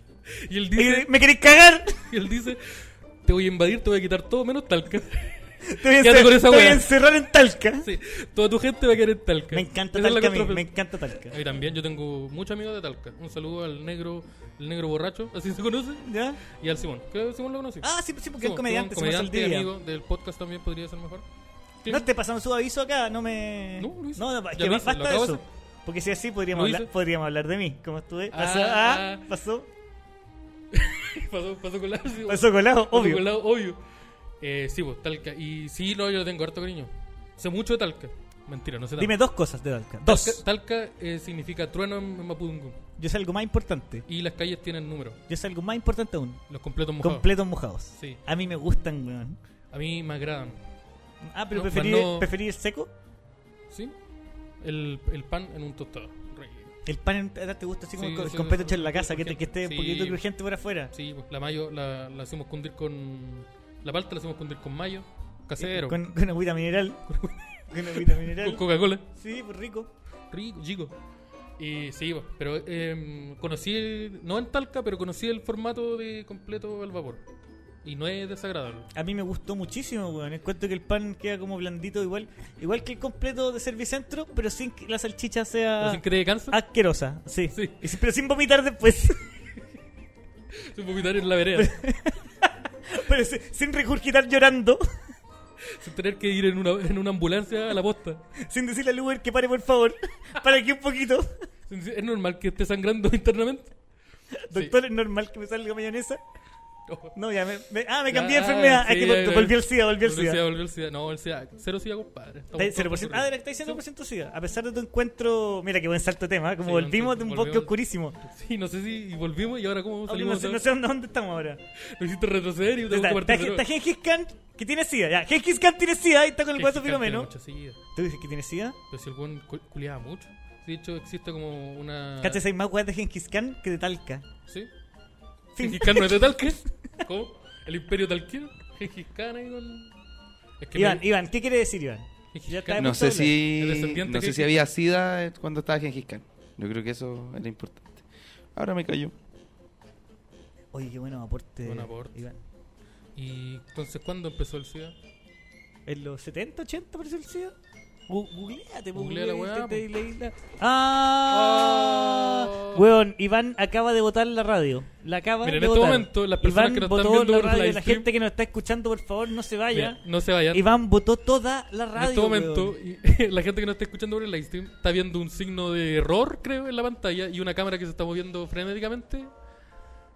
y él dice...
¿Me queréis cagar?
Y él dice, te voy a invadir, te voy a quitar todo menos talca.
Te voy a,
Quédate
encer-
con esa
te voy a
wea.
encerrar en Talca.
Sí, toda tu gente va a querer Talca.
Me encanta
Esa es la
Talca a mí,
contraofe-
me encanta Talca.
A mí también, yo tengo muchos amigos de Talca. Un saludo al negro, el negro borracho, así se conoce.
¿Ya?
Y al Simón. Creo que Simón lo conocí.
Ah, sí, sí, porque es
Simón,
comediante,
Simón,
se pasa el
pues, comediante,
día.
amigo del podcast también podría ser mejor.
No te pasan su aviso acá, no me. No, no, es que
Ya lo
ba-
hice, lo
basta de
acabo de
eso. Porque si así podríamos
Lo
hablar,
hice.
podríamos hablar de mí, como estuve. Pasó,
Ah.
ah, pasó.
pasó, pasó colado. sí,
Pasó colado, Pues, obvio.
colado, obvio. Eh, sí, pues, Talca. Y sí, no, yo le tengo harto cariño. Sé mucho de Talca. Mentira, no sé tanto.
Dime dos cosas de Talca.
Talca,
Dos.
Talca, eh, significa trueno en, en Mapudungun.
Yo sé algo más importante.
Y las calles tienen número.
Yo sé algo más importante aún.
Los completos mojados.
Completos mojados.
Sí.
A mí me gustan, weón.
A mí me agradan.
Ah, pero
No,
preferí,
más no-
preferí el seco.
Sí. El, el pan en un tostado. Rico.
El pan en- te gusta así como
Sí,
el
sí,
completo
sí,
hecho en la
sí,
casa, que, te-
crujiente.
que esté
Sí.
un poquito crujiente por afuera.
Sí, pues, la mayo la, la hacemos cundir con. La palta la hacemos cundir con mayo. Casero.
Con, con agüita mineral. con agüita mineral.
Con Coca-Cola.
Sí, pues rico.
Rico, chico. Y sí, pues, pero em, conocí, el- no en Talca, pero conocí el formato de completo al vapor. Y no es desagradable.
A mí me gustó muchísimo, weón. Encuentro que el pan queda como blandito igual. Igual que el completo de Servicentro, pero sin que la salchicha sea...
Pero sin que te dé cáncer.
Ah. Asquerosa, sí. Y si- pero sin vomitar después.
Sin vomitar en la vereda.
pero si- sin regurgitar llorando.
sin tener que ir en una, en una ambulancia a la posta.
sin decirle al Uber que pare, por favor. Para que un poquito.
¿Es normal que esté sangrando internamente?
Doctor, ¿es normal que me salga mayonesa? No, ya me... me- ah, me cambié
Ah,
de enfermedad.
sí,
Ay, que
ya, ya.
volví al SIDA, volví al
Volvió
SIDA.
volvió el SIDA. No, el SIDA. Cero SIDA, compadre. Estamos
Está ahí
todos
0%. Ah,
conservados.
está ahí 100% SIDA. A pesar de tu encuentro... Mira qué buen salto de tema. ¿eh? Como
Sí,
volvimos de un
volvimos.
bosque oscurísimo.
Sí, no sé si y volvimos y ahora cómo
Ahora
salimos.
no, sé, no sé dónde, dónde estamos ahora.
Lo hiciste retroceder y tengo
Está,
que
está,
partir de
está
nuevo.
Gengis Khan que tiene sida. Ya, Gengis Khan tiene sida y está con el
Gengis
guaso
Khan tiene
filomeno.
mucha sida.
¿Tú dices que tiene sida?
Pero si el buen cu- culiaba mucho. De hecho, existe como una.
¿Cachas? Hay más weas de Genghis Khan que de Talca.
¿Sí?
Fin.
Gengis Khan no es de Talca. ¿Cómo? ¿El imperio talquino? Gengis Khan ahí con. Es
Iván,
me-
Iván, ¿qué quiere decir Iván? Ya está
No sé
demostrable.
El
si,
descendiente
no sé
Gengis
si había sida eh, cuando estaba Gengis Khan. Yo creo que eso era importante. Ahora me cayó.
Oye, qué bueno aporte.
Buen aporte.
Iván.
¿Y entonces cuándo empezó el SIDA?
¿En los 70, 80 parece el SIDA? Gu- Googleate, po,
Googlea la
Google,
weá,
te- te-
po. Oh.
la isla. ¡Ah! Weón, Iván acaba de votar la radio. La acaba
Mira, en
de
este
votar.
momento, las personas
Iván
que nos están
votó
viendo
la
por
radio.
live
La
stream-
gente que nos está escuchando, por favor, no se vaya.
Mira, no se vayan.
Iván votó toda la radio.
en este momento,
weón.
y- la gente que no está escuchando por el live stream está viendo un signo de error, creo, en la pantalla y una cámara que se está moviendo frenéticamente.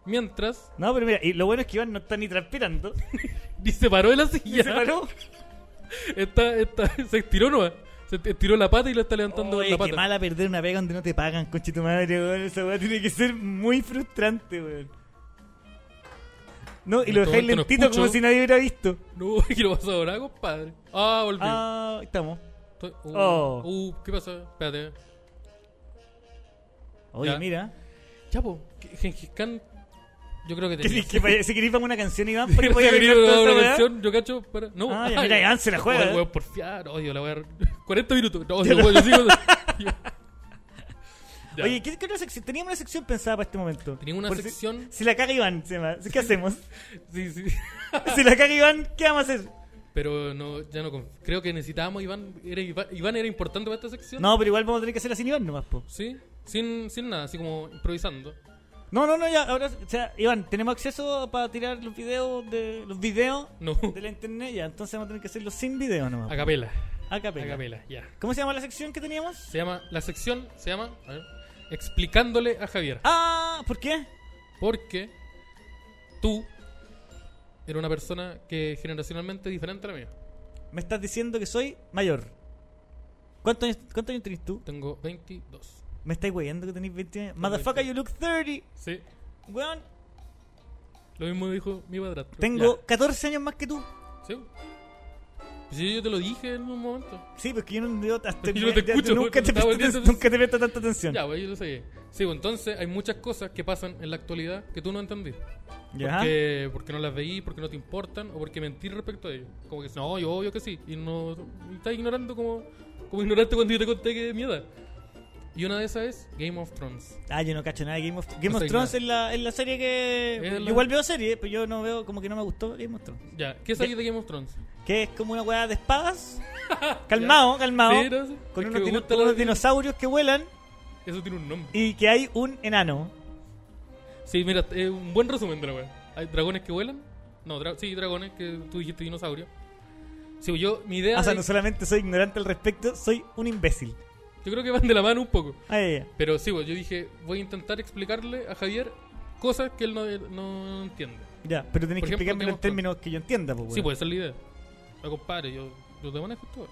Mientras
No, pero mira, y lo bueno es que Iván no está ni transpirando.
ni se paró de la silla.
Ni se paró.
Está- está- se estiró nomás. Se estiró la pata y la está levantando
Oye,
la
qué
pata.
mala perder una pega donde no te pagan, conche tu madre, weón. Esa weá tiene que ser muy frustrante, weón. No, y
En
lo
este
dejáis
momento no
lentito como
escucho.
si nadie hubiera visto.
No, ¿qué lo pasó ahora, compadre? Ah, volví.
Ah, ahí estamos.
Estoy- uh,
Oh.
uh, ¿qué pasa? Espérate.
Oye,
Ya.
mira.
Ya, po. que- Gengis Khan, yo creo que
Que-
tenía.
que vaya- si queréis pongo una canción, Iván, porque
Voy
voy
a
a
venir
arreglar toda
una
esa weá.
canción, yo cacho, para. No,
Ah, ya, mira, Iván se la juega,
Oye,
eh.
weón, porfiar, odio la weá. 40 minutos. No, yo, yo sigo. yo- Ya.
Oye, ¿qué, qué otra sección? Teníamos una sección pensada para este momento.
Teníamos una
Por si-
sección-
Si, la caga Iván, se llama. ¿qué hacemos?
Sí, sí.
si la caga Iván, ¿qué vamos a hacer?
Pero no, ya no. conf- Creo que necesitábamos Iván. Era, Iván. Iván era importante para esta sección.
No, pero igual vamos a tener que hacerla sin Iván nomás, po.
Sí, sin, sin nada, así como improvisando.
No, no, no, ya, ahora, o sea, Iván, ¿tenemos acceso para tirar los videos de los videos
No.
de la internet? Ya, entonces vamos a tener que hacerlo sin videos nomás.
A capela.
A capela.
A capela, ya.
¿Cómo se llama la sección que teníamos?
Se llama. La sección se llama. a ver, explicándole a Javier.
Ah, ¿por qué?
Porque tú eres una persona que generacionalmente es diferente a la mía.
Me estás diciendo que soy mayor. ¿Cuántos años, cuántos años tenés tú?
Tengo 22.
¿Me estáis weyando que tenéis 20 años? Motherfucker, you look 30.
Sí.
Weón,
Lo mismo dijo mi padrastro.
tengo 14 años más que tú.
Ya, Sí. Sí, yo te lo dije en un momento.
Sí, porque yo no, yo hasta-
Yo no te
ya-
escucho,
Nunca
porque
te,
te estaba
presto,
volviendo-
nunca te presto tanta atención.
Ya, pues yo lo sé. Sí, pues, entonces hay muchas cosas que pasan en la actualidad que tú no entendí.
Ya.
Porque, porque no las veí, porque no te importan o porque mentí respecto a ello. Como que no, yo obvio que sí. Y no y estás ignorando como, como ignoraste cuando yo te conté que es mierda. Y una de esas es Game of Thrones.
Ah, yo no cacho nada de Game of Thrones. Game
No
of
sé
Thrones
nada.
es la, es la serie que.
Es la-
yo Igual veo serie, pero yo no veo como que no me gustó Game of Thrones.
Ya, ¿qué sabéis de Game of Thrones?
Que es como una weá de espadas. calmado, calmado.
Sí, no sé.
Con
Es
unos,
que me
dino-
gusta la-
unos dinosaurios que vuelan
Eso tiene un nombre.
y que hay un enano.
Sí, mira, es un buen resumen de la wea. Hay dragones que vuelan. No, dra- sí, dragones, que tú dijiste dinosaurio. Sí, pues yo, mi idea.
Ah, O sea,
de-
no solamente soy ignorante al respecto, soy un imbécil.
Yo creo que van de la mano un poco.
Ah, ya, ya.
Pero sí, pues, yo dije, voy a intentar explicarle a Javier cosas que él no, no entiende.
Ya, pero tenéis
Por
que
ejemplo,
explicármelo en
Game of Thrones.
términos que yo entienda, pues,
Sí, pues esa es la idea. Ah, compadre, yo, yo te manejo esto.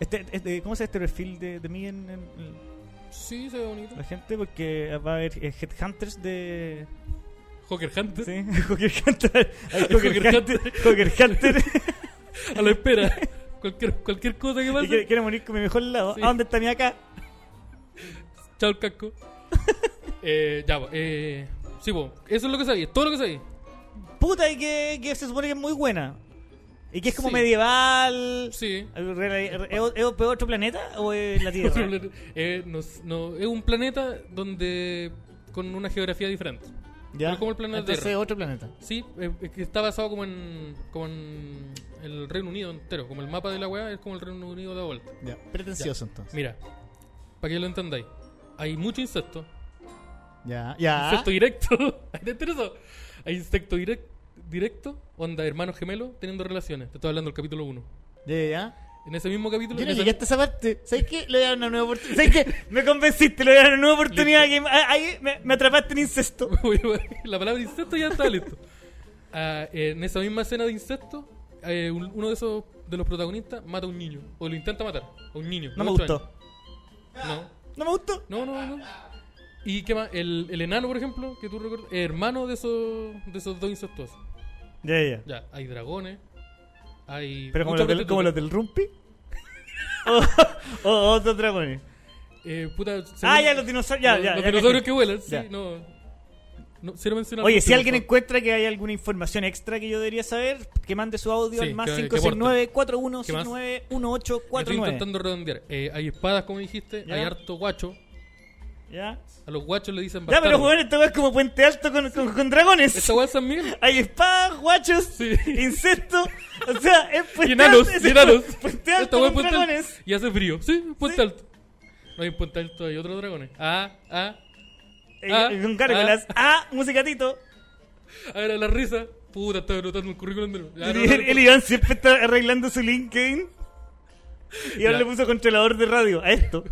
Este, este- ¿Cómo se ve este perfil de, de mí en, en- en
Sí, se ve bonito.
la gente? Porque va a haber eh, Headhunters de.
Joker Hunter.
Sí, Joker Hunter. Hay Joker,
Joker
Hunter.
Hunter.
Joker Hunter.
A la espera. cualquier, cualquier cosa que
Y que-
pase.
quiero morir con mi mejor lado.
Sí.
¿A dónde está mi acá?
Chao el casco. eh, ya, pues, eh, sí, pues, eso es lo que sabía, todo lo que sabía.
Puta, y que, que se supone que es muy buena. Y que es como
Sí.
medieval.
Sí.
Al- re- re- ¿Es o- es o- otro planeta o es la
Otro
Tierra?
planeta. Eh, no s- no, es un planeta donde con una geografía diferente.
Ya.
Pero es como el planeta
Entonces,
Tierra.
otro planeta.
Sí, eh, es que está basado como en, como en el Reino Unido entero. Como el mapa de la weá es como el Reino Unido de la vuelta.
Ya, pretencioso,
Ya.
entonces.
Mira, para que lo entendáis, hay mucho insecto.
Ya, ya.
Insecto directo. ¿Te interesó? Hay insecto direc- directo, onda hermanos gemelos teniendo relaciones. Te estoy hablando del capítulo 1.
Ya, ya, ya.
En ese mismo capítulo.
Yo no
en esa-
llegué hasta esa parte. ¿Sabes qué? Le voy a dar una nueva oportunidad. ¿Sabes qué? Me convenciste, le voy a dar una nueva oportunidad. que- ah, Ahí me, me atrapaste en incesto.
la palabra insecto ya está listo. Ah, en esa misma escena de insecto, eh, un- uno de esos de los protagonistas mata a un niño. O lo intenta matar. A un niño.
No
de
me
ocho
gustó.
años. No.
No me gustó.
No, no, no. ¿Y qué más? El, el enano, por ejemplo, que tú recuerdas, es hermano de esos, de esos dos insectuosos.
Ya, ya, ya.
Ya, hay dragones. Hay.
Pero Oh, como
mucha
los del,
prostituta.
como los del Rumpi. o, o otros dragones.
Eh, puta, se-
Ah, ya, los dinosaurios, ya,
los,
ya,
los
ya
dinosaurios
caché.
que vuelan, sí,
Ya.
no. no cero mencionar
Oye,
los
si alguien
dinosaurios.
encuentra que hay alguna información extra que yo debería saber, que mande su audio
Sí,
al más
que- que
569
¿Qué más?
4169
Estoy
1849
intentando redondear. Eh, hay espadas, como dijiste,
Ya.
hay harto guacho.
¿Ya?
A los guachos le dicen
Ya, pero
bastardo.
weón, esta weá es como puente alto con, con, con dragones.
Esta weá es San Miguel.
Hay espadas, guachos, insectos. O sea, es puente
Y enanos,
alto. es
y enanos.
Puente
Esta
alto
weá es
con
Puente Alto.
dragones.
Y hace frío. Sí, Puente Alto. No hay en Puente Alto, hay otros dragones. Ah, ah.
Eh, con gárgolas. Ah, musicatito.
A ver, a la risa. Puta, estaba anotando un currículum de nuevo. Ya, no, no,
el,
no.
el Iván siempre está arreglando su LinkedIn. Y ahora le
Ya.
puso controlador de radio a esto.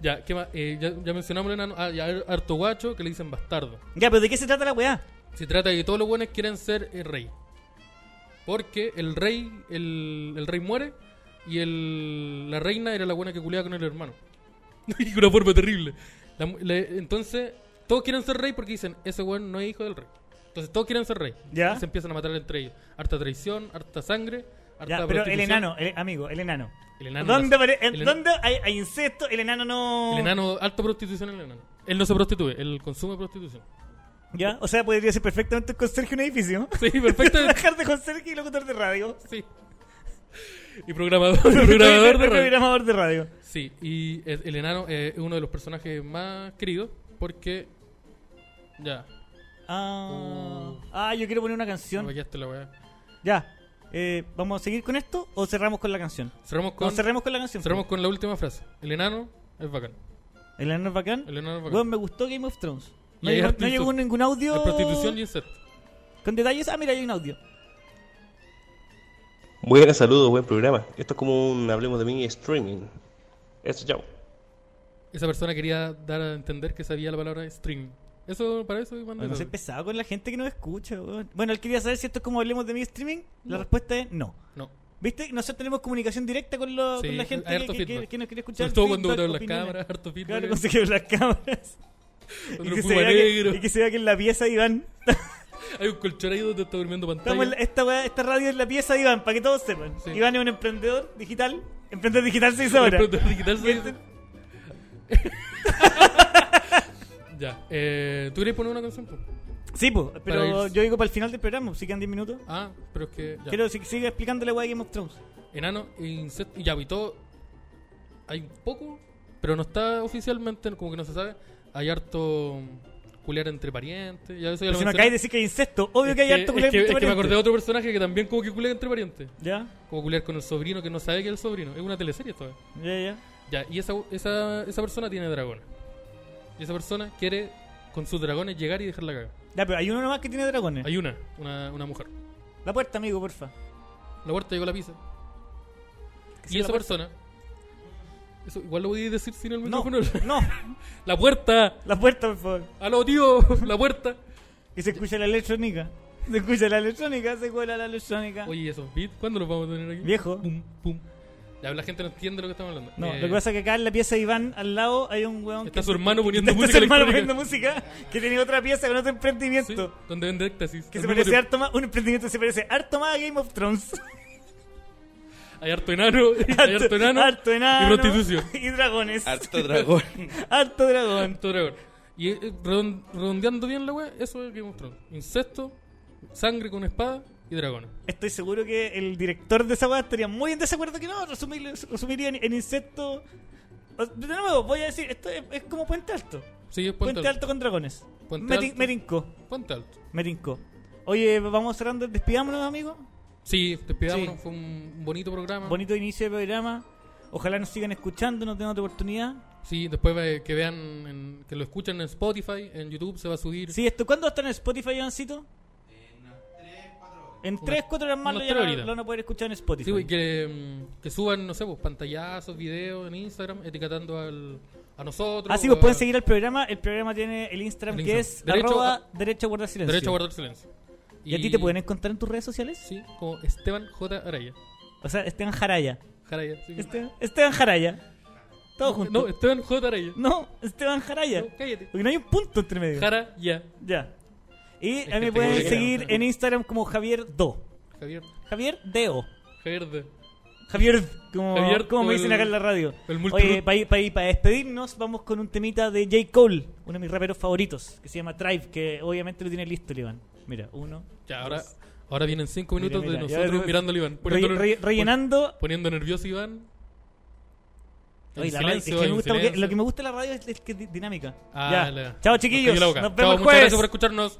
Ya, ¿qué más? Eh, ya, ya mencionamos el enano. Ah, ya, harto guacho que le dicen bastardo.
Ya, pero ¿de qué se trata la weá?
Se trata de que todos los buenos quieren ser el rey. Porque el rey, el, el rey muere y el, la reina era la buena que culeaba con el hermano. y de una forma terrible. La mu- le- entonces, todos quieren ser rey porque dicen, ese weón no es hijo del rey. Entonces todos quieren ser rey.
Ya.
Y se empiezan a matar entre ellos. Harta traición, harta sangre, harta
Ya, pero el
prostitución.
enano, el- amigo, el enano.
El enano
¿Dónde,
las-
apare- eh,
el enano-
¿dónde hay, hay insectos? El enano no.
El enano, alta prostitución el enano. Él no se prostituye, él consume prostitución.
Ya, o sea, podría ser perfectamente un conserje en un edificio.
Sí, perfecto.
Trabajar de conserje y locutor de radio.
Sí. Y programador, programador de radio.
Programador de radio.
Sí, y el, el enano eh, es uno de los personajes más queridos porque. Ya.
Ah,
Mm.
ah, yo quiero poner una canción.
Me quedaste la weá.
Ya. eh, ¿Vamos a seguir con esto o cerramos con la canción?
Cerramos con.
No, cerremos con la canción.
Cerramos con la última frase. El enano es bacán.
¿El enano es bacán?
El enano es bacán.
Weón, me gustó Game of Thrones.
Y
No,
hay
llegó,
harto
no llegó
incesto.
ningún audio.
Hay prostitución y incesto.
Con detalles. Ah, mira, hay un audio.
Buenas saludos, buen programa. Esto es como un hablemos de mini streaming. Eso, chao.
Esa persona quería dar a entender que sabía la palabra streaming. Eso, para eso, mandé
Bueno,
todo.
soy pesado con la gente que no escucha, weón. Bueno, él quería saber si esto es como hablemos de mi streaming. La
No.
respuesta es no.
No.
¿Viste? Nosotros tenemos comunicación directa con, lo-
Sí,
con la
hay
gente
harto
que- que,
feedback.
que nos quiere escuchar.
Sobre todo cuando
feedback,
botaron las
opiniones.
cámaras, harto feedback.
Claro, cuando se quedaron las cámaras. y,
Otro
que se
puma
vea que,
negro.
y que se vea que en la pieza de Iván.
Hay un colchón ahí donde está durmiendo pantalla.
Estamos en la- esta, weá- esta radio es la pieza de Iván, para que todos sepan. Iván es un emprendedor digital. Emprendedor digital se hizo ahora.
Emprendedor digital se hizo. Ya. Eh, ¿Tú querías poner una canción? po?
Sí, pues, pero
Para ir-
yo digo para el final del programa, si quedan 10 minutos.
Ah, pero es que. ya.
Quiero si, sigue explicándole weá de Game of Thrones.
Enano, insecto. Y ya, y todo. Hay un poco, pero no está oficialmente, como que no se sabe. Hay harto mm, culiar entre parientes. Ya, eso ya
Pero
lo
si me
mencioné.
acabáis de decir que hay incesto, obvio que hay harto culiar
es que,
entre
es que me
parientes.
acordé de otro personaje que también como que culea entre parientes.
Ya.
Como culiar con el sobrino que no sabe que es el sobrino. Es una teleserie esto. eh.
Ya, ya.
Ya, y esa, esa, esa persona tiene dragones. Y esa persona quiere con sus dragones llegar y dejar la caga.
Ya, pero hay uno nomás que tiene dragones.
Hay una, una, una mujer.
La puerta, amigo, porfa.
La puerta llegó la pizza.
Que
Y
sea la
esa
puerta.
persona. Eso igual lo voy a decir sin el
No,
micrófono.
no.
la puerta.
La puerta, por favor.
Aló, tío. La puerta.
Que se escucha la electrónica. Se escucha la electrónica, se cuela la electrónica.
Oye, esos beats, ¿cuándo los vamos a tener aquí?
Viejo.
Pum, pum. Ya, la gente no entiende lo que estamos hablando.
No,
Eh,
lo que pasa es que acá en la pieza de Iván, al lado, hay un weón.
Está
que-
su hermano
que-
poniendo
está
música
su hermano
electrónica.
poniendo música que tenía otra pieza con otro emprendimiento.
Donde vende éxtasis.
Que
Al
se
mismo
parece
tiempo.
harto más. Un emprendimiento que se parece harto más a Game of Thrones.
Hay harto enano. Hay harto enano.
harto enano.
Y prostitución.
Y dragones.
Harto dragón.
harto dragón.
Harto dragón. Y eh, redon- redondeando bien la wea, eso es Game of Thrones. Incesto, sangre con espada y dragones.
Estoy seguro que el director de esa weá estaría muy en desacuerdo que no, resumir- resumiría en, en insecto. O- De nuevo, voy a decir, esto es, es como puente alto.
Sí, es Puente
alto.
Alto
con dragones.
Puente
me, tin-
Alto.
me tincó,
Ponte alto.
me tincó. Oye, vamos cerrando, despidámonos, amigos.
Sí, despidámonos.
Sí.
Fue un bonito programa.
Bonito inicio de programa. Ojalá nos sigan escuchando, nos den otra oportunidad.
Sí, después eh, que vean, en- que lo escuchen en Spotify, en YouTube se va a subir.
Sí, esto, ¿cuándo va a estar en Spotify, Ivancito? En 3, 4 horas más lo,
unas
ya lo-
tres horitas.
lo van a poder escuchar en Spotify.
Sí, güey, que, mm, que suban, no sé, pues, pantallazos, videos en Instagram, etiquetando al, a nosotros.
Así que Ah,
o a-
pues, pueden seguir el programa. El programa tiene el Instagram
El
que
Instagram.
es
Derecho
arroba
a-
derecho a guardar silencio.
Derecho a guardar silencio.
¿Y, a ti te pueden encontrar en tus redes sociales?
Sí, como Esteban J. Araya.
O sea, Esteban Jaraya.
Jaraya, sí.
Esteban, Esteban Jaraya. Todo junto.
No, Esteban J. Araya.
No, Esteban Jaraya.
No, cállate.
Porque no hay un punto entre medio.
Jara, ya.
Ya. Y a mí
Es que
me
tengo
pueden
que-
seguir en Instagram como Javier Do.
Javier.
Javier Deo.
Javier de.
Javier, como,
Javier,
como me
el-
dicen acá en la radio.
el multi-
Oye, para despedirnos, vamos con un temita de J. Cole, uno de mis raperos favoritos, que se llama Tribe, que obviamente lo tiene listo, el Iván. Mira, uno.
Ya, ahora, ahora vienen cinco
Mira,
minutos
mira,
de
ya,
nosotros
re-
mirando al Iván.
re- re- rellenando.
pon- Poniendo nervioso Iván. En
Oye, la radio-
silencio,
es que me
en
gusta porque
silencio. Ah,
lo que me gusta de la